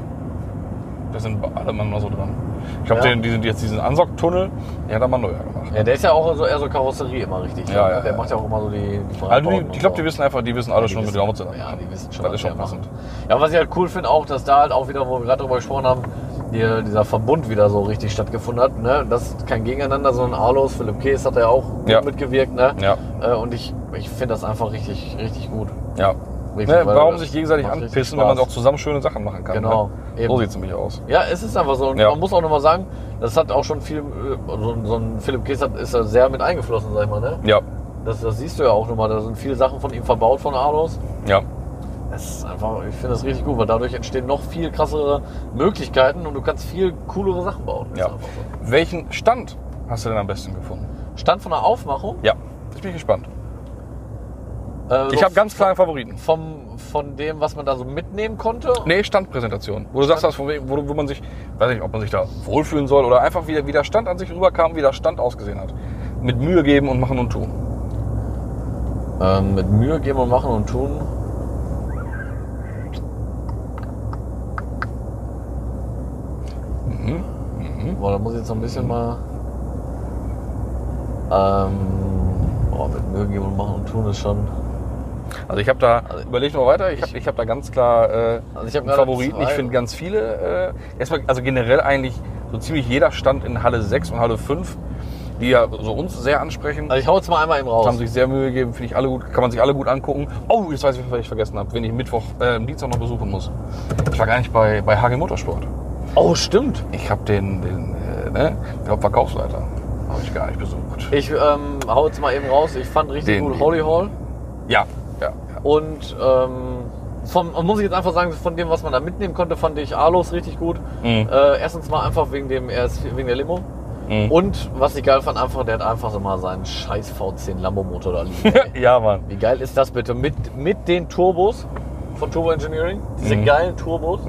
Speaker 3: da sind alle Mann noch so dran. Ich glaube,
Speaker 4: Ja.
Speaker 3: den, diesen, jetzt diesen Ansaugtunnel, den hat er mal neuer gemacht.
Speaker 4: Ja, der ist ja auch so eher so Karosserie immer richtig. ne?
Speaker 3: Ja, ja,
Speaker 4: Der
Speaker 3: ja.
Speaker 4: macht ja auch immer so die, die
Speaker 3: Also
Speaker 4: Breitbauten
Speaker 3: die,
Speaker 4: und
Speaker 3: ich glaube,
Speaker 4: so.
Speaker 3: die wissen einfach, die wissen alle
Speaker 4: Die
Speaker 3: schon, wie
Speaker 4: wissen-
Speaker 3: die Autos sind.
Speaker 4: Ja, die wissen schon.
Speaker 3: Das
Speaker 4: was
Speaker 3: ist schon
Speaker 4: die
Speaker 3: passend.
Speaker 4: machen. Ja, was ich halt cool finde auch, dass da halt auch wieder, wo wir gerade drüber gesprochen haben, hier dieser Verbund wieder so richtig stattgefunden hat. Ne? Das ist kein Gegeneinander, sondern Arlos, Philipp Kees hat da ja auch gut
Speaker 3: Ja.
Speaker 4: mitgewirkt. Ne?
Speaker 3: Ja.
Speaker 4: Äh, Und ich, ich finde das einfach richtig, richtig gut.
Speaker 3: Ja.
Speaker 4: Richtig,
Speaker 3: Ne,
Speaker 4: weil
Speaker 3: warum
Speaker 4: das
Speaker 3: sich gegenseitig
Speaker 4: macht richtig
Speaker 3: anpissen, wenn man
Speaker 4: Spaß.
Speaker 3: auch zusammen schöne Sachen machen kann.
Speaker 4: Genau,
Speaker 3: Ne?
Speaker 4: eben.
Speaker 3: So sieht es nämlich aus.
Speaker 4: Ja, es ist einfach so. Und
Speaker 3: Ja.
Speaker 4: man muss auch nochmal sagen, das hat auch schon viel, äh, so, so ein Philipp Kees hat, ist da sehr mit eingeflossen, sag ich mal. Ne?
Speaker 3: Ja,
Speaker 4: Das, das siehst du ja auch nochmal. Da sind viele Sachen von ihm verbaut, von Arlos.
Speaker 3: ja,
Speaker 4: Das ist einfach, ich finde das richtig gut, weil dadurch entstehen noch viel krassere Möglichkeiten und du kannst viel coolere Sachen bauen. Ist
Speaker 3: ja.
Speaker 4: einfach so.
Speaker 3: Welchen Stand hast du denn am besten gefunden?
Speaker 4: Stand von der Aufmachung.
Speaker 3: Ja, ich bin gespannt.
Speaker 4: äh,
Speaker 3: Ich
Speaker 4: so
Speaker 3: habe ganz klaren Favoriten.
Speaker 4: vom, von dem, was man da so mitnehmen konnte.
Speaker 3: Nee, Standpräsentation. Wo du sagst, dass, von wegen- wo, du- wo man sich, weiß nicht, ob man sich da wohlfühlen soll oder einfach wie, der- wie der Stand an sich rüberkam, wie der Stand ausgesehen hat. Mit Mühe geben und machen und tun.
Speaker 4: Ähm, mit Mühe geben und machen und tun.
Speaker 3: Mhm.
Speaker 4: Boah, da muss ich jetzt noch ein bisschen mal. Ähm, boah, mit Mühe geben und machen und tun ist schon.
Speaker 3: Also ich habe da,
Speaker 4: Also-
Speaker 3: überleg noch weiter, ich habe ich hab da ganz klar äh,
Speaker 4: Also ich hab
Speaker 3: einen
Speaker 4: gerade
Speaker 3: Favoriten. Ich
Speaker 4: zwei.
Speaker 3: finde ganz viele, äh, erstmal, also generell eigentlich so ziemlich jeder Stand in Halle 6 und Halle 5, die ja so uns sehr ansprechen.
Speaker 4: Also ich hau jetzt mal einmal eben raus.
Speaker 3: haben sich sehr Mühe gegeben, finde ich alle gut, kann man sich alle gut angucken. Oh, jetzt weiß ich, was ich vergessen habe, wenn ich Mittwoch, äh, Dienstag noch besuchen muss. Ich war gar nicht bei, bei HG Motorsport.
Speaker 4: oh, stimmt.
Speaker 3: Ich habe den, den äh, ne, ich glaub, Verkaufsleiter habe ich gar nicht besucht.
Speaker 4: Ich ähm, hau jetzt mal eben raus. Ich fand richtig
Speaker 3: Den-
Speaker 4: gut Holy Hall.
Speaker 3: Ja, ja, ja.
Speaker 4: Und ähm, vom, und muss ich jetzt einfach sagen, von dem, was man da mitnehmen konnte, fand ich Alos richtig gut.
Speaker 3: Mhm.
Speaker 4: Äh, erstens mal einfach wegen dem RS, wegen der Limo.
Speaker 3: Mhm.
Speaker 4: Und was ich geil fand, einfach, der hat einfach so mal seinen scheiß V10 Lambo Motor da liegen. ey.
Speaker 3: Ja, Mann.
Speaker 4: Wie geil ist das bitte? Mit, mit den Turbos, von Turbo Engineering,
Speaker 3: Mhm.
Speaker 4: diese geilen Turbos.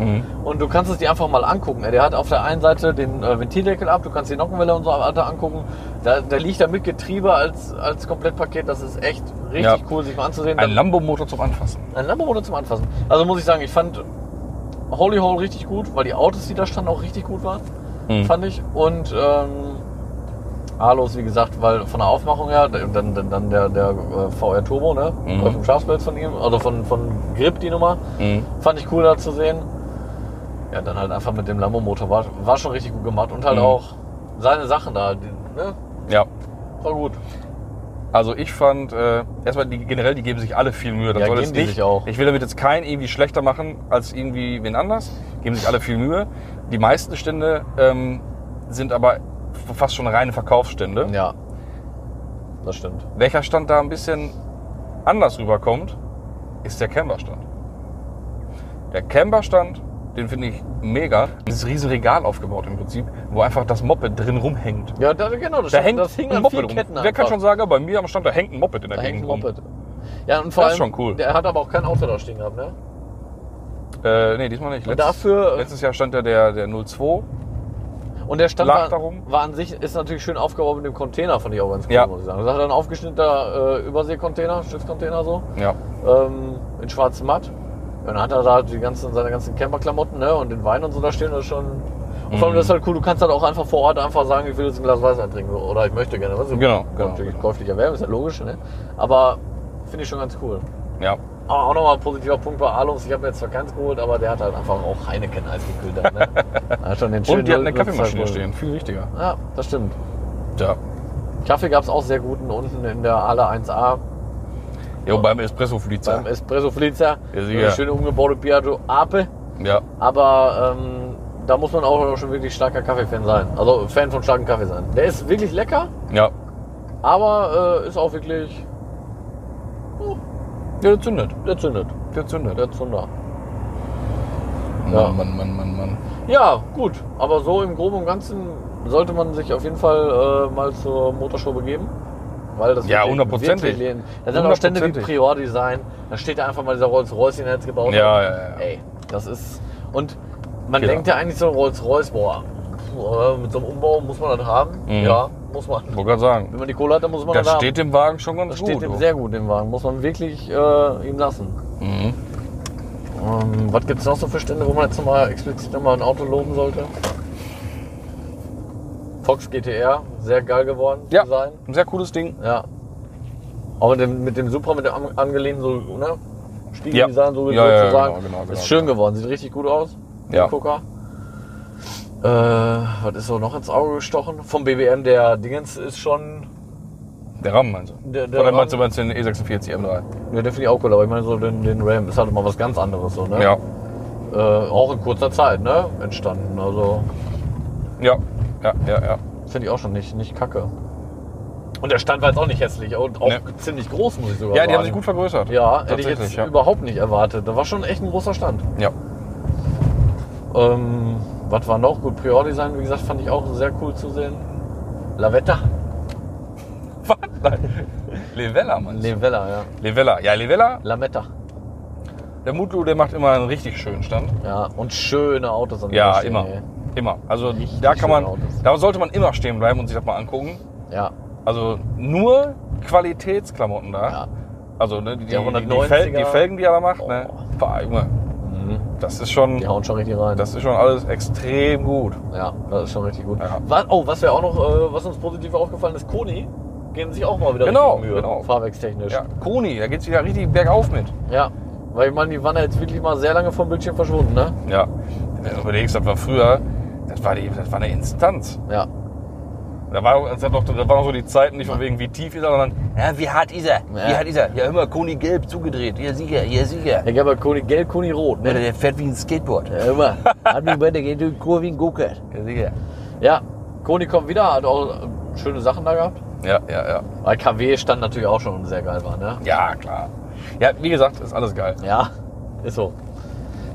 Speaker 4: Und du kannst es dir einfach mal angucken. Der hat auf der einen Seite den äh, Ventildeckel ab, du kannst die Nockenwelle und so weiter angucken. Da, da liegt da mit Getriebe als, als Komplettpaket. Das ist echt richtig
Speaker 3: Ja.
Speaker 4: cool, sich mal anzusehen.
Speaker 3: Ein Lambo-Motor zum Anfassen.
Speaker 4: Ein Lamborghini zum Anfassen. Also muss ich sagen, ich fand Holy Hole richtig gut, weil die Autos, die da standen, auch richtig gut waren. Fand ich. Und ähm, Alos, wie gesagt, weil von der Aufmachung her, dann, dann, dann der, der äh, VR Turbo, ne? Auf dem Schafsplatz von ihm, also von, von Grip die Nummer. Fand ich cool da zu sehen. Ja, dann halt einfach mit dem Lambo-Motor. War, war schon richtig gut gemacht. Und halt auch seine Sachen da. Die, ne?
Speaker 3: Ja.
Speaker 4: War gut.
Speaker 3: Also ich fand, äh, erstmal die, generell, die geben sich alle viel Mühe. Das
Speaker 4: Ja,
Speaker 3: soll
Speaker 4: geben
Speaker 3: jetzt
Speaker 4: die
Speaker 3: nicht,
Speaker 4: sich auch.
Speaker 3: Ich will damit jetzt keinen irgendwie schlechter machen als irgendwie wen anders. Geben sich alle viel Mühe. Die meisten Stände ähm, sind aber fast schon reine Verkaufsstände.
Speaker 4: Ja. Das stimmt.
Speaker 3: Welcher Stand da ein bisschen anders rüberkommt, ist der Camberstand. Der Camberstand, den finde ich mega. Dieses riesen Regal aufgebaut im Prinzip, wo einfach das Moped drin rumhängt.
Speaker 4: Ja, da, genau, das,
Speaker 3: Da
Speaker 4: stimmt.
Speaker 3: hängt
Speaker 4: das hing
Speaker 3: ein
Speaker 4: an
Speaker 3: Moped
Speaker 4: vielen
Speaker 3: rum.
Speaker 4: Ketten
Speaker 3: Wer kann
Speaker 4: einfach.
Speaker 3: schon sagen, bei mir am Stand, da hängt ein Moped in der
Speaker 4: Da hängt
Speaker 3: Gegend
Speaker 4: ein
Speaker 3: rum.
Speaker 4: Moped. Ja, und vor
Speaker 3: Das
Speaker 4: allem,
Speaker 3: ist schon cool.
Speaker 4: der hat aber auch kein Auto da stehen gehabt, ne?
Speaker 3: Äh, nee, diesmal nicht.
Speaker 4: Und dafür- äh,
Speaker 3: letztes Jahr stand ja der, der 02.
Speaker 4: Und der Stand
Speaker 3: Lag
Speaker 4: war,
Speaker 3: darum.
Speaker 4: war an sich, ist natürlich schön aufgebaut mit dem Container, fand ich auch ganz cool,
Speaker 3: Ja.
Speaker 4: muss ich sagen. Das hat ein aufgeschnittener äh, Überseecontainer, Schiffscontainer so,
Speaker 3: Ja.
Speaker 4: ähm, in schwarzem Matt. Und dann hat er da halt die ganzen, seine ganzen Camperklamotten ne, und den Wein und so da stehen, das ist schon... Und vor allem,
Speaker 3: Mhm.
Speaker 4: das ist halt cool, du kannst halt auch einfach vor Ort einfach sagen, ich will jetzt ein Glas Weißwein trinken so, oder ich möchte gerne. Was?
Speaker 3: Genau, genau,
Speaker 4: Natürlich
Speaker 3: genau.
Speaker 4: käuflich erwerben, ist ja logisch, ne? Aber finde ich schon ganz cool.
Speaker 3: Ja.
Speaker 4: Aber Ah, auch nochmal ein positiver Punkt bei Alums. Ich habe mir jetzt zwar keins geholt, aber der hat halt einfach auch Heineken eisgekühlt. da, Ne? hat schon den schönen
Speaker 3: Und die hat eine
Speaker 4: Null-
Speaker 3: Kaffeemaschine
Speaker 4: 0,2
Speaker 3: stehen. Viel wichtiger.
Speaker 4: Ja, das stimmt.
Speaker 3: Ja.
Speaker 4: Kaffee gab es auch sehr guten unten in der Halle 1a
Speaker 3: Ja, beim espresso flitzer
Speaker 4: beim Espresso Flitzer.
Speaker 3: Ja, sicher.
Speaker 4: Eine schöne umgebaute Piaggio Ape.
Speaker 3: Ja.
Speaker 4: Aber ähm, da muss man auch schon wirklich starker Kaffeefan sein. Also Fan von starkem Kaffee sein. Der ist wirklich lecker,
Speaker 3: Ja.
Speaker 4: aber äh, ist auch wirklich.
Speaker 3: Ja, der zündet.
Speaker 4: Der zündet.
Speaker 3: Der zündet.
Speaker 4: Der Zunder.
Speaker 3: Ja. Mann, Mann, Mann, Mann.
Speaker 4: Ja, gut. Aber so im Groben und Ganzen sollte man sich auf jeden Fall äh, mal zur Motorshow begeben. Weil das
Speaker 3: Ja,
Speaker 4: wirklich-
Speaker 3: hundertprozentig.
Speaker 4: wirklich- Da sind auch Stände wie
Speaker 3: Hundertprozentig.
Speaker 4: Prior Design. Da steht da einfach mal dieser Rolls-Royce, den er jetzt gebaut
Speaker 3: Ja,
Speaker 4: hat.
Speaker 3: ja, ja.
Speaker 4: Ey, das ist... Und man
Speaker 3: Genau.
Speaker 4: denkt ja eigentlich so ein Rolls-Royce, boah, pf, äh, mit so einem Umbau muss man das haben. Ja, muss man.
Speaker 3: Wollte gerade sagen.
Speaker 4: Wenn man die Kohle hat, dann muss man das
Speaker 3: Mhm. Das
Speaker 4: haben.
Speaker 3: steht dem Wagen schon ganz
Speaker 4: das
Speaker 3: gut.
Speaker 4: steht ihm
Speaker 3: du.
Speaker 4: sehr gut, den Wagen. Muss man wirklich äh, ihm lassen.
Speaker 3: Mhm.
Speaker 4: Ähm, was gibt es noch so für Stände, wo man jetzt nochmal explizit nochmal ein Auto loben sollte? Fox GTR, sehr geil geworden
Speaker 3: ja.
Speaker 4: zu sein.
Speaker 3: Ein sehr cooles Ding.
Speaker 4: Ja. Aber mit dem, mit dem Supra, mit dem an- angelehnten so, ne? Spiegeldesign,
Speaker 3: Ja.
Speaker 4: so
Speaker 3: Ja, ja,
Speaker 4: sozusagen.
Speaker 3: genau, genau, genau,
Speaker 4: ist schön geworden, sieht richtig gut aus.
Speaker 3: Ja.
Speaker 4: Der Gucker. Äh, was ist so noch ins Auge gestochen? Vom BBM, der Dingens ist schon.
Speaker 3: Der Rahmen meinst du?
Speaker 4: Der- der
Speaker 3: Oder meinst du
Speaker 4: Rahmen-
Speaker 3: meinst du den E E46 M3?
Speaker 4: Ja, der finde ich auch cool, aber ich meine, so den, den Ram ist halt mal was ganz anderes, so, ne?
Speaker 3: Ja.
Speaker 4: Äh, auch in kurzer Zeit, ne? Entstanden. Also.
Speaker 3: Ja. Ja, ja, ja.
Speaker 4: Finde ich auch schon nicht, nicht kacke. Und der Stand war jetzt auch nicht hässlich und auch
Speaker 3: Ne.
Speaker 4: ziemlich groß, muss ich sogar
Speaker 3: Ja,
Speaker 4: sagen.
Speaker 3: die haben sich gut vergrößert.
Speaker 4: Ja, hätte ich
Speaker 3: tatsächlich.
Speaker 4: jetzt
Speaker 3: Ja.
Speaker 4: überhaupt nicht erwartet. Da war schon echt ein großer Stand.
Speaker 3: ja.
Speaker 4: Ähm, was war noch? Gut, Prior-Design, wie gesagt, fand ich auch sehr cool zu sehen. Lavetta?
Speaker 3: Was? Nein. Levella, meinst du?
Speaker 4: Levella, ja.
Speaker 3: Levella. Ja, Levella.
Speaker 4: Lametta.
Speaker 3: Der Mutlu, der macht immer einen richtig schönen Stand.
Speaker 4: Ja, und schöne Autos an
Speaker 3: Ja,
Speaker 4: der Stelle,
Speaker 3: immer.
Speaker 4: ey.
Speaker 3: Immer. Also
Speaker 4: Richtig
Speaker 3: da kann man,
Speaker 4: schöne Autos.
Speaker 3: da sollte man immer stehen bleiben und sich das mal angucken.
Speaker 4: Ja,
Speaker 3: Also nur Qualitätsklamotten da.
Speaker 4: ja.
Speaker 3: Also ne, die, die,
Speaker 4: Der
Speaker 3: die, Felgen,
Speaker 4: 190er.
Speaker 3: die Felgen, die er da macht, ne?
Speaker 4: Oh.
Speaker 3: Boah, Junge. Das ist schon,
Speaker 4: Mhm. Die hauen schon richtig rein.
Speaker 3: das ist schon alles extrem gut.
Speaker 4: ja, das ist schon richtig gut.
Speaker 3: Ja.
Speaker 4: Was, oh, was wäre auch noch, äh, was uns positiv aufgefallen ist, Koni geben sich auch mal wieder
Speaker 3: Genau,
Speaker 4: richtig Mühe.
Speaker 3: genau.
Speaker 4: Fahrwerkstechnisch.
Speaker 3: Ja, Koni, da geht's wieder richtig bergauf mit.
Speaker 4: Ja, weil ich meine, die waren ja jetzt wirklich mal sehr lange vom Bildschirm verschwunden, ne?
Speaker 3: Ja. Wenn du überlegst, das war früher, das war die, das war eine Instanz.
Speaker 4: Ja,
Speaker 3: Da war, das hat noch, da waren noch so die Zeiten nicht von wegen, wie tief ist er, sondern ja, wie hart ist er? Wie
Speaker 4: Ja.
Speaker 3: hart ist er? Ja, immer Koni gelb zugedreht. Ja, sicher, ja, sicher.
Speaker 4: der gab ja Koni gelb, Koni rot,
Speaker 3: Ja,
Speaker 4: ne?
Speaker 3: der fährt wie ein Skateboard.
Speaker 4: Ja, immer. Hat mich bei der geht durch Kurve in Gucke.
Speaker 3: Ja, sicher.
Speaker 4: Ja, Koni kommt wieder, hat auch äh, schöne Sachen da gehabt.
Speaker 3: Ja, ja, ja.
Speaker 4: Weil KW stand natürlich auch schon sehr geil war, ne?
Speaker 3: Ja, klar. Ja, wie gesagt, ist alles geil.
Speaker 4: Ja, ist so.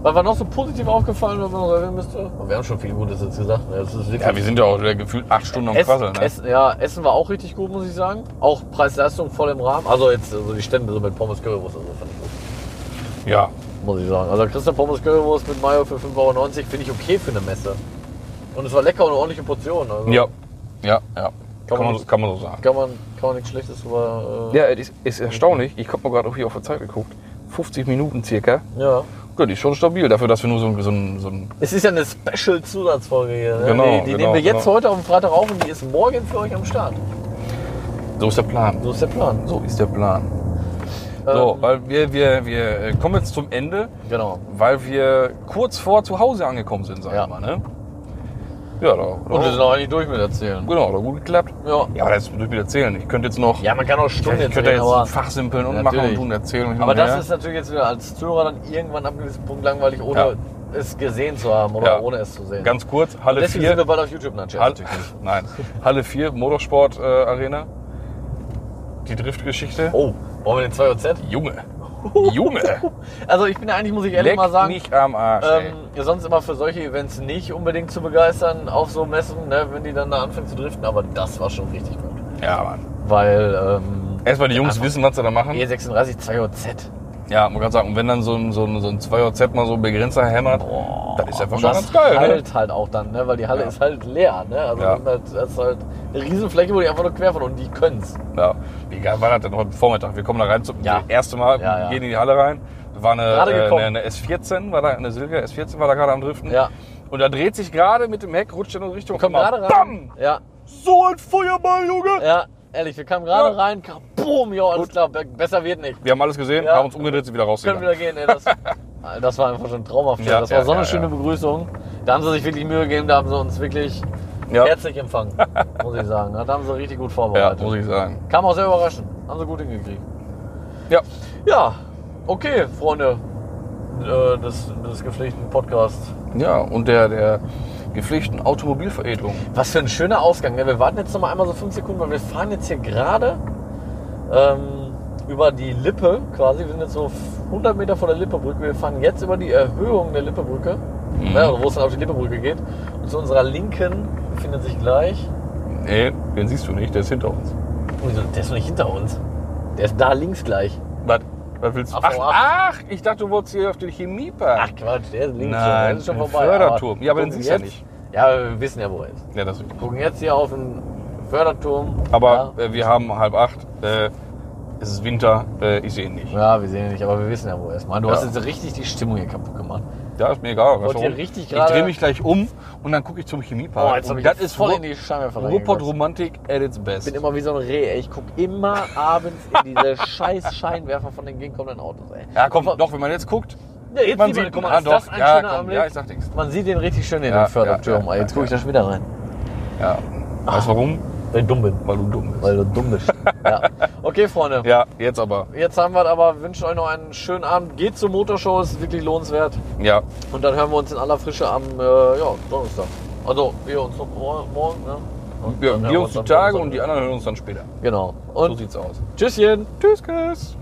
Speaker 4: Was war noch so positiv aufgefallen, was man noch erwähnen müsste? Wir haben schon viel Gutes jetzt gesagt. ne? Das ist wirklich
Speaker 3: Ja, wir sind ja auch wieder gefühlt acht Stunden am
Speaker 4: Ess-
Speaker 3: Quasseln. Ne?
Speaker 4: Essen, ja, Essen war auch richtig gut, muss ich sagen. Auch also Preis-Leistung voll im Rahmen. Also jetzt also die Stände so mit Pommes Currywurst und so fand ich gut.
Speaker 3: Ja,
Speaker 4: muss ich sagen. Also Christian Pommes Currywurst mit Mayo für 5,90 Euro finde ich okay für eine Messe. Und es war lecker und eine ordentliche Portion. Also
Speaker 3: Ja, ja, ja.
Speaker 4: Kann
Speaker 3: Kann
Speaker 4: man-
Speaker 3: man, so- kann man so sagen.
Speaker 4: Kann man, kann man nichts Schlechtes drüber. Äh,
Speaker 3: Ja, es ist, ist erstaunlich. Ich habe mal gerade auch hier auf die Zeit geguckt. 50 Minuten circa.
Speaker 4: ja.
Speaker 3: Ja, die ist schon stabil dafür, dass wir nur so ein, so ein, so ein
Speaker 4: Es ist ja eine Special-Zusatzfolge hier. Ne?
Speaker 3: Genau,
Speaker 4: die die nehmen
Speaker 3: genau,
Speaker 4: wir jetzt
Speaker 3: genau.
Speaker 4: heute auf dem Freitag auf und die ist morgen für euch am Start.
Speaker 3: so ist der Plan.
Speaker 4: So ist der Plan.
Speaker 3: So ist der Plan. So,
Speaker 4: Ähm,
Speaker 3: weil wir, wir, wir äh, kommen jetzt zum Ende,
Speaker 4: genau.
Speaker 3: weil wir kurz vor zu Hause angekommen sind, sag
Speaker 4: Ja.
Speaker 3: ich mal, ne? Ja, da,
Speaker 4: Und wir sind
Speaker 3: da,
Speaker 4: auch eigentlich durch mit erzählen.
Speaker 3: genau, da gut geklappt.
Speaker 4: Ja.
Speaker 3: Ja, aber das ist durch mit erzählen. Ich könnte jetzt noch,
Speaker 4: ja, man kann auch
Speaker 3: ich,
Speaker 4: Stunden
Speaker 3: könnte
Speaker 4: erzählen, aber,
Speaker 3: jetzt fachsimpeln und machen und
Speaker 4: Natürlich.
Speaker 3: tun, erzählen. Und hin
Speaker 4: aber
Speaker 3: und
Speaker 4: das
Speaker 3: her.
Speaker 4: ist natürlich jetzt wieder als Zuhörer dann irgendwann ab einem gewissen Punkt langweilig, ohne
Speaker 3: Ja.
Speaker 4: es gesehen zu haben oder
Speaker 3: Ja.
Speaker 4: ohne es zu sehen.
Speaker 3: ganz kurz, Halle
Speaker 4: Deswegen
Speaker 3: 4.
Speaker 4: sind wir bald auf YouTube, nein, Scherz,
Speaker 3: Hall
Speaker 4: natürlich nicht.
Speaker 3: Nein. Halle 4, Motorsport äh, Arena. Die Driftgeschichte.
Speaker 4: Oh, wollen wir den 2 OZ?
Speaker 3: Junge. Junge.
Speaker 4: Also ich bin ja eigentlich, muss ich ehrlich
Speaker 3: Leck
Speaker 4: mal sagen,
Speaker 3: mich am Arsch. ey.
Speaker 4: ähm, sonst immer für solche Events nicht unbedingt zu begeistern auf so Messen, ne, wenn die dann da anfangen zu driften, aber das war schon richtig gut.
Speaker 3: Ja, Mann.
Speaker 4: Weil ähm, E
Speaker 3: Erstmal die Jungs wissen, was sie da machen.
Speaker 4: E36 2OZ.
Speaker 3: Hm. Ja, man kann sagen, und wenn dann so ein, so ein, so ein 2er-Z mal so ein Begrenzer hämmert, das ist einfach
Speaker 4: Oh, Und
Speaker 3: schon ganz
Speaker 4: das
Speaker 3: geil.
Speaker 4: halt
Speaker 3: Ne?
Speaker 4: halt auch dann, ne? weil die Halle
Speaker 3: Ja.
Speaker 4: ist halt leer. Ne? Also
Speaker 3: Ja.
Speaker 4: das ist halt, das ist halt eine Riesenfläche, wo die einfach nur quer fahren und die können's.
Speaker 3: Ja. Wie geil war das denn heute Vormittag? Wir kommen da rein zum
Speaker 4: Ja.
Speaker 3: das erste Mal,
Speaker 4: Ja, ja.
Speaker 3: gehen in die Halle rein. Da War eine,
Speaker 4: Gerade
Speaker 3: äh,
Speaker 4: gekommen.
Speaker 3: eine, eine S14, war da, eine Silke S14 war da gerade am Driften.
Speaker 4: Ja.
Speaker 3: Und da dreht sich gerade mit dem Heck, rutscht in unsere Richtung.
Speaker 4: Kommt
Speaker 3: Mal
Speaker 4: gerade
Speaker 3: Bam!
Speaker 4: rein. Ja,
Speaker 3: So ein Feuerball, Junge!
Speaker 4: ja, ehrlich, wir kamen gerade
Speaker 3: Ja.
Speaker 4: rein, boom, ja, alles klar, be- besser wird nicht.
Speaker 3: Wir haben alles gesehen,
Speaker 4: Ja.
Speaker 3: haben uns umgedreht, sind wieder
Speaker 4: Können
Speaker 3: rausgegangen.
Speaker 4: wieder gehen, ey, das, das war einfach schon traumhaft. schön.
Speaker 3: Ja,
Speaker 4: das war
Speaker 3: ja,
Speaker 4: so eine
Speaker 3: ja,
Speaker 4: schöne
Speaker 3: ja.
Speaker 4: Begrüßung. Da haben sie sich wirklich Mühe gegeben, da haben sie uns wirklich
Speaker 3: Ja.
Speaker 4: herzlich empfangen, muss ich sagen. Da haben sie richtig gut
Speaker 3: Ja,
Speaker 4: vorbereitet.
Speaker 3: muss ich sagen.
Speaker 4: Kam auch sehr überraschend, haben sie gut hingekriegt.
Speaker 3: Ja,
Speaker 4: Ja, okay, Freunde äh, des, des gepflegten Podcasts.
Speaker 3: ja und der, der gepflegten Automobilveredelung.
Speaker 4: Was für ein schöner Ausgang. Ne? Wir warten jetzt noch mal einmal so fünf Sekunden, weil wir fahren jetzt hier gerade ähm, über die Lippe quasi. Wir sind jetzt so 100 Meter vor der Lippebrücke. Wir fahren jetzt über die Erhöhung der Lippebrücke,
Speaker 3: Mhm.
Speaker 4: ne, also wo es dann auf die Lippebrücke geht. Und zu unserer Linken befindet sich gleich. Oh,
Speaker 3: Nee, den siehst du nicht, der ist hinter uns.
Speaker 4: Wieso, der ist noch nicht hinter uns. Der ist da links gleich.
Speaker 3: Was, was willst du?
Speaker 4: Ach, oh,
Speaker 3: ach, ich dachte, du wolltest hier auf den
Speaker 4: Ach
Speaker 3: Chemiepark.
Speaker 4: Quatsch, der ist links.
Speaker 3: Nein,
Speaker 4: der ist schon
Speaker 3: ein
Speaker 4: vorbei. Ah,
Speaker 3: Förderturm. Ja, aber den
Speaker 4: gucken
Speaker 3: siehst du ja
Speaker 4: jetzt-
Speaker 3: nicht.
Speaker 4: Ja, aber wir wissen ja, wo er ist.
Speaker 3: Ja, das ist richtig.
Speaker 4: Wir gucken jetzt hier auf den Förderturm.
Speaker 3: Aber äh, wir haben halb acht, äh, es ist Winter, äh, ich sehe ihn nicht.
Speaker 4: ja. ja, wir sehen ihn nicht, aber wir wissen ja, wo er ist. Mann, du
Speaker 3: Ja.
Speaker 4: hast jetzt richtig die Stimmung hier kaputt gemacht.
Speaker 3: Ja, ist mir egal. weißt
Speaker 4: Wollt
Speaker 3: du
Speaker 4: ihr
Speaker 3: warum?
Speaker 4: richtig
Speaker 3: ich
Speaker 4: gerade-
Speaker 3: drehe mich gleich um und dann gucke ich zum Chemiepark.
Speaker 4: Boah, jetzt hab
Speaker 3: Und
Speaker 4: ich
Speaker 3: das
Speaker 4: jetzt
Speaker 3: ist
Speaker 4: voll
Speaker 3: Ru-
Speaker 4: in die Scheinwerfer reingekotzt.
Speaker 3: Ruhrpott-Romantik at its best.
Speaker 4: Ich bin immer wie so ein Reh, ey. Ich gucke immer abends in diese scheiß Scheinwerfer von den gegenkommenden Autos, ey.
Speaker 3: ja, komm,
Speaker 4: Von-
Speaker 3: doch, wenn man jetzt guckt,
Speaker 4: Ja, jetzt
Speaker 3: man
Speaker 4: sieht
Speaker 3: sieht-
Speaker 4: guck mal,
Speaker 3: ah,
Speaker 4: ist das
Speaker 3: doch,
Speaker 4: ein
Speaker 3: ja,
Speaker 4: schöner
Speaker 3: komm,
Speaker 4: Anblick?
Speaker 3: ja, ich sag nichts.
Speaker 4: Man sieht den richtig schön in
Speaker 3: Ja,
Speaker 4: den Förderturm,
Speaker 3: ja, ja,
Speaker 4: ey. Jetzt
Speaker 3: ja,
Speaker 4: gucke ich da schon wieder rein.
Speaker 3: ja, weißt du warum?
Speaker 4: Weil du dumm bin.
Speaker 3: Weil du dumm bist.
Speaker 4: Weil du dumm bist. ja. Okay, Freunde.
Speaker 3: Ja, jetzt aber.
Speaker 4: Jetzt haben wir es aber. Wünsche euch noch einen schönen Abend. Geht zur Motorshow, ist wirklich lohnenswert.
Speaker 3: Ja,
Speaker 4: Und dann hören wir uns in aller Frische am äh, ja, Donnerstag. Also wir uns noch mor- morgen, ne? Und
Speaker 3: wir,
Speaker 4: dann hören
Speaker 3: wir uns die
Speaker 4: am
Speaker 3: Tage
Speaker 4: Donnerstag.
Speaker 3: und die anderen hören uns dann später.
Speaker 4: Genau.
Speaker 3: So
Speaker 4: Und
Speaker 3: sieht's aus.
Speaker 4: Tschüsschen.
Speaker 3: Tschüss, tschüss.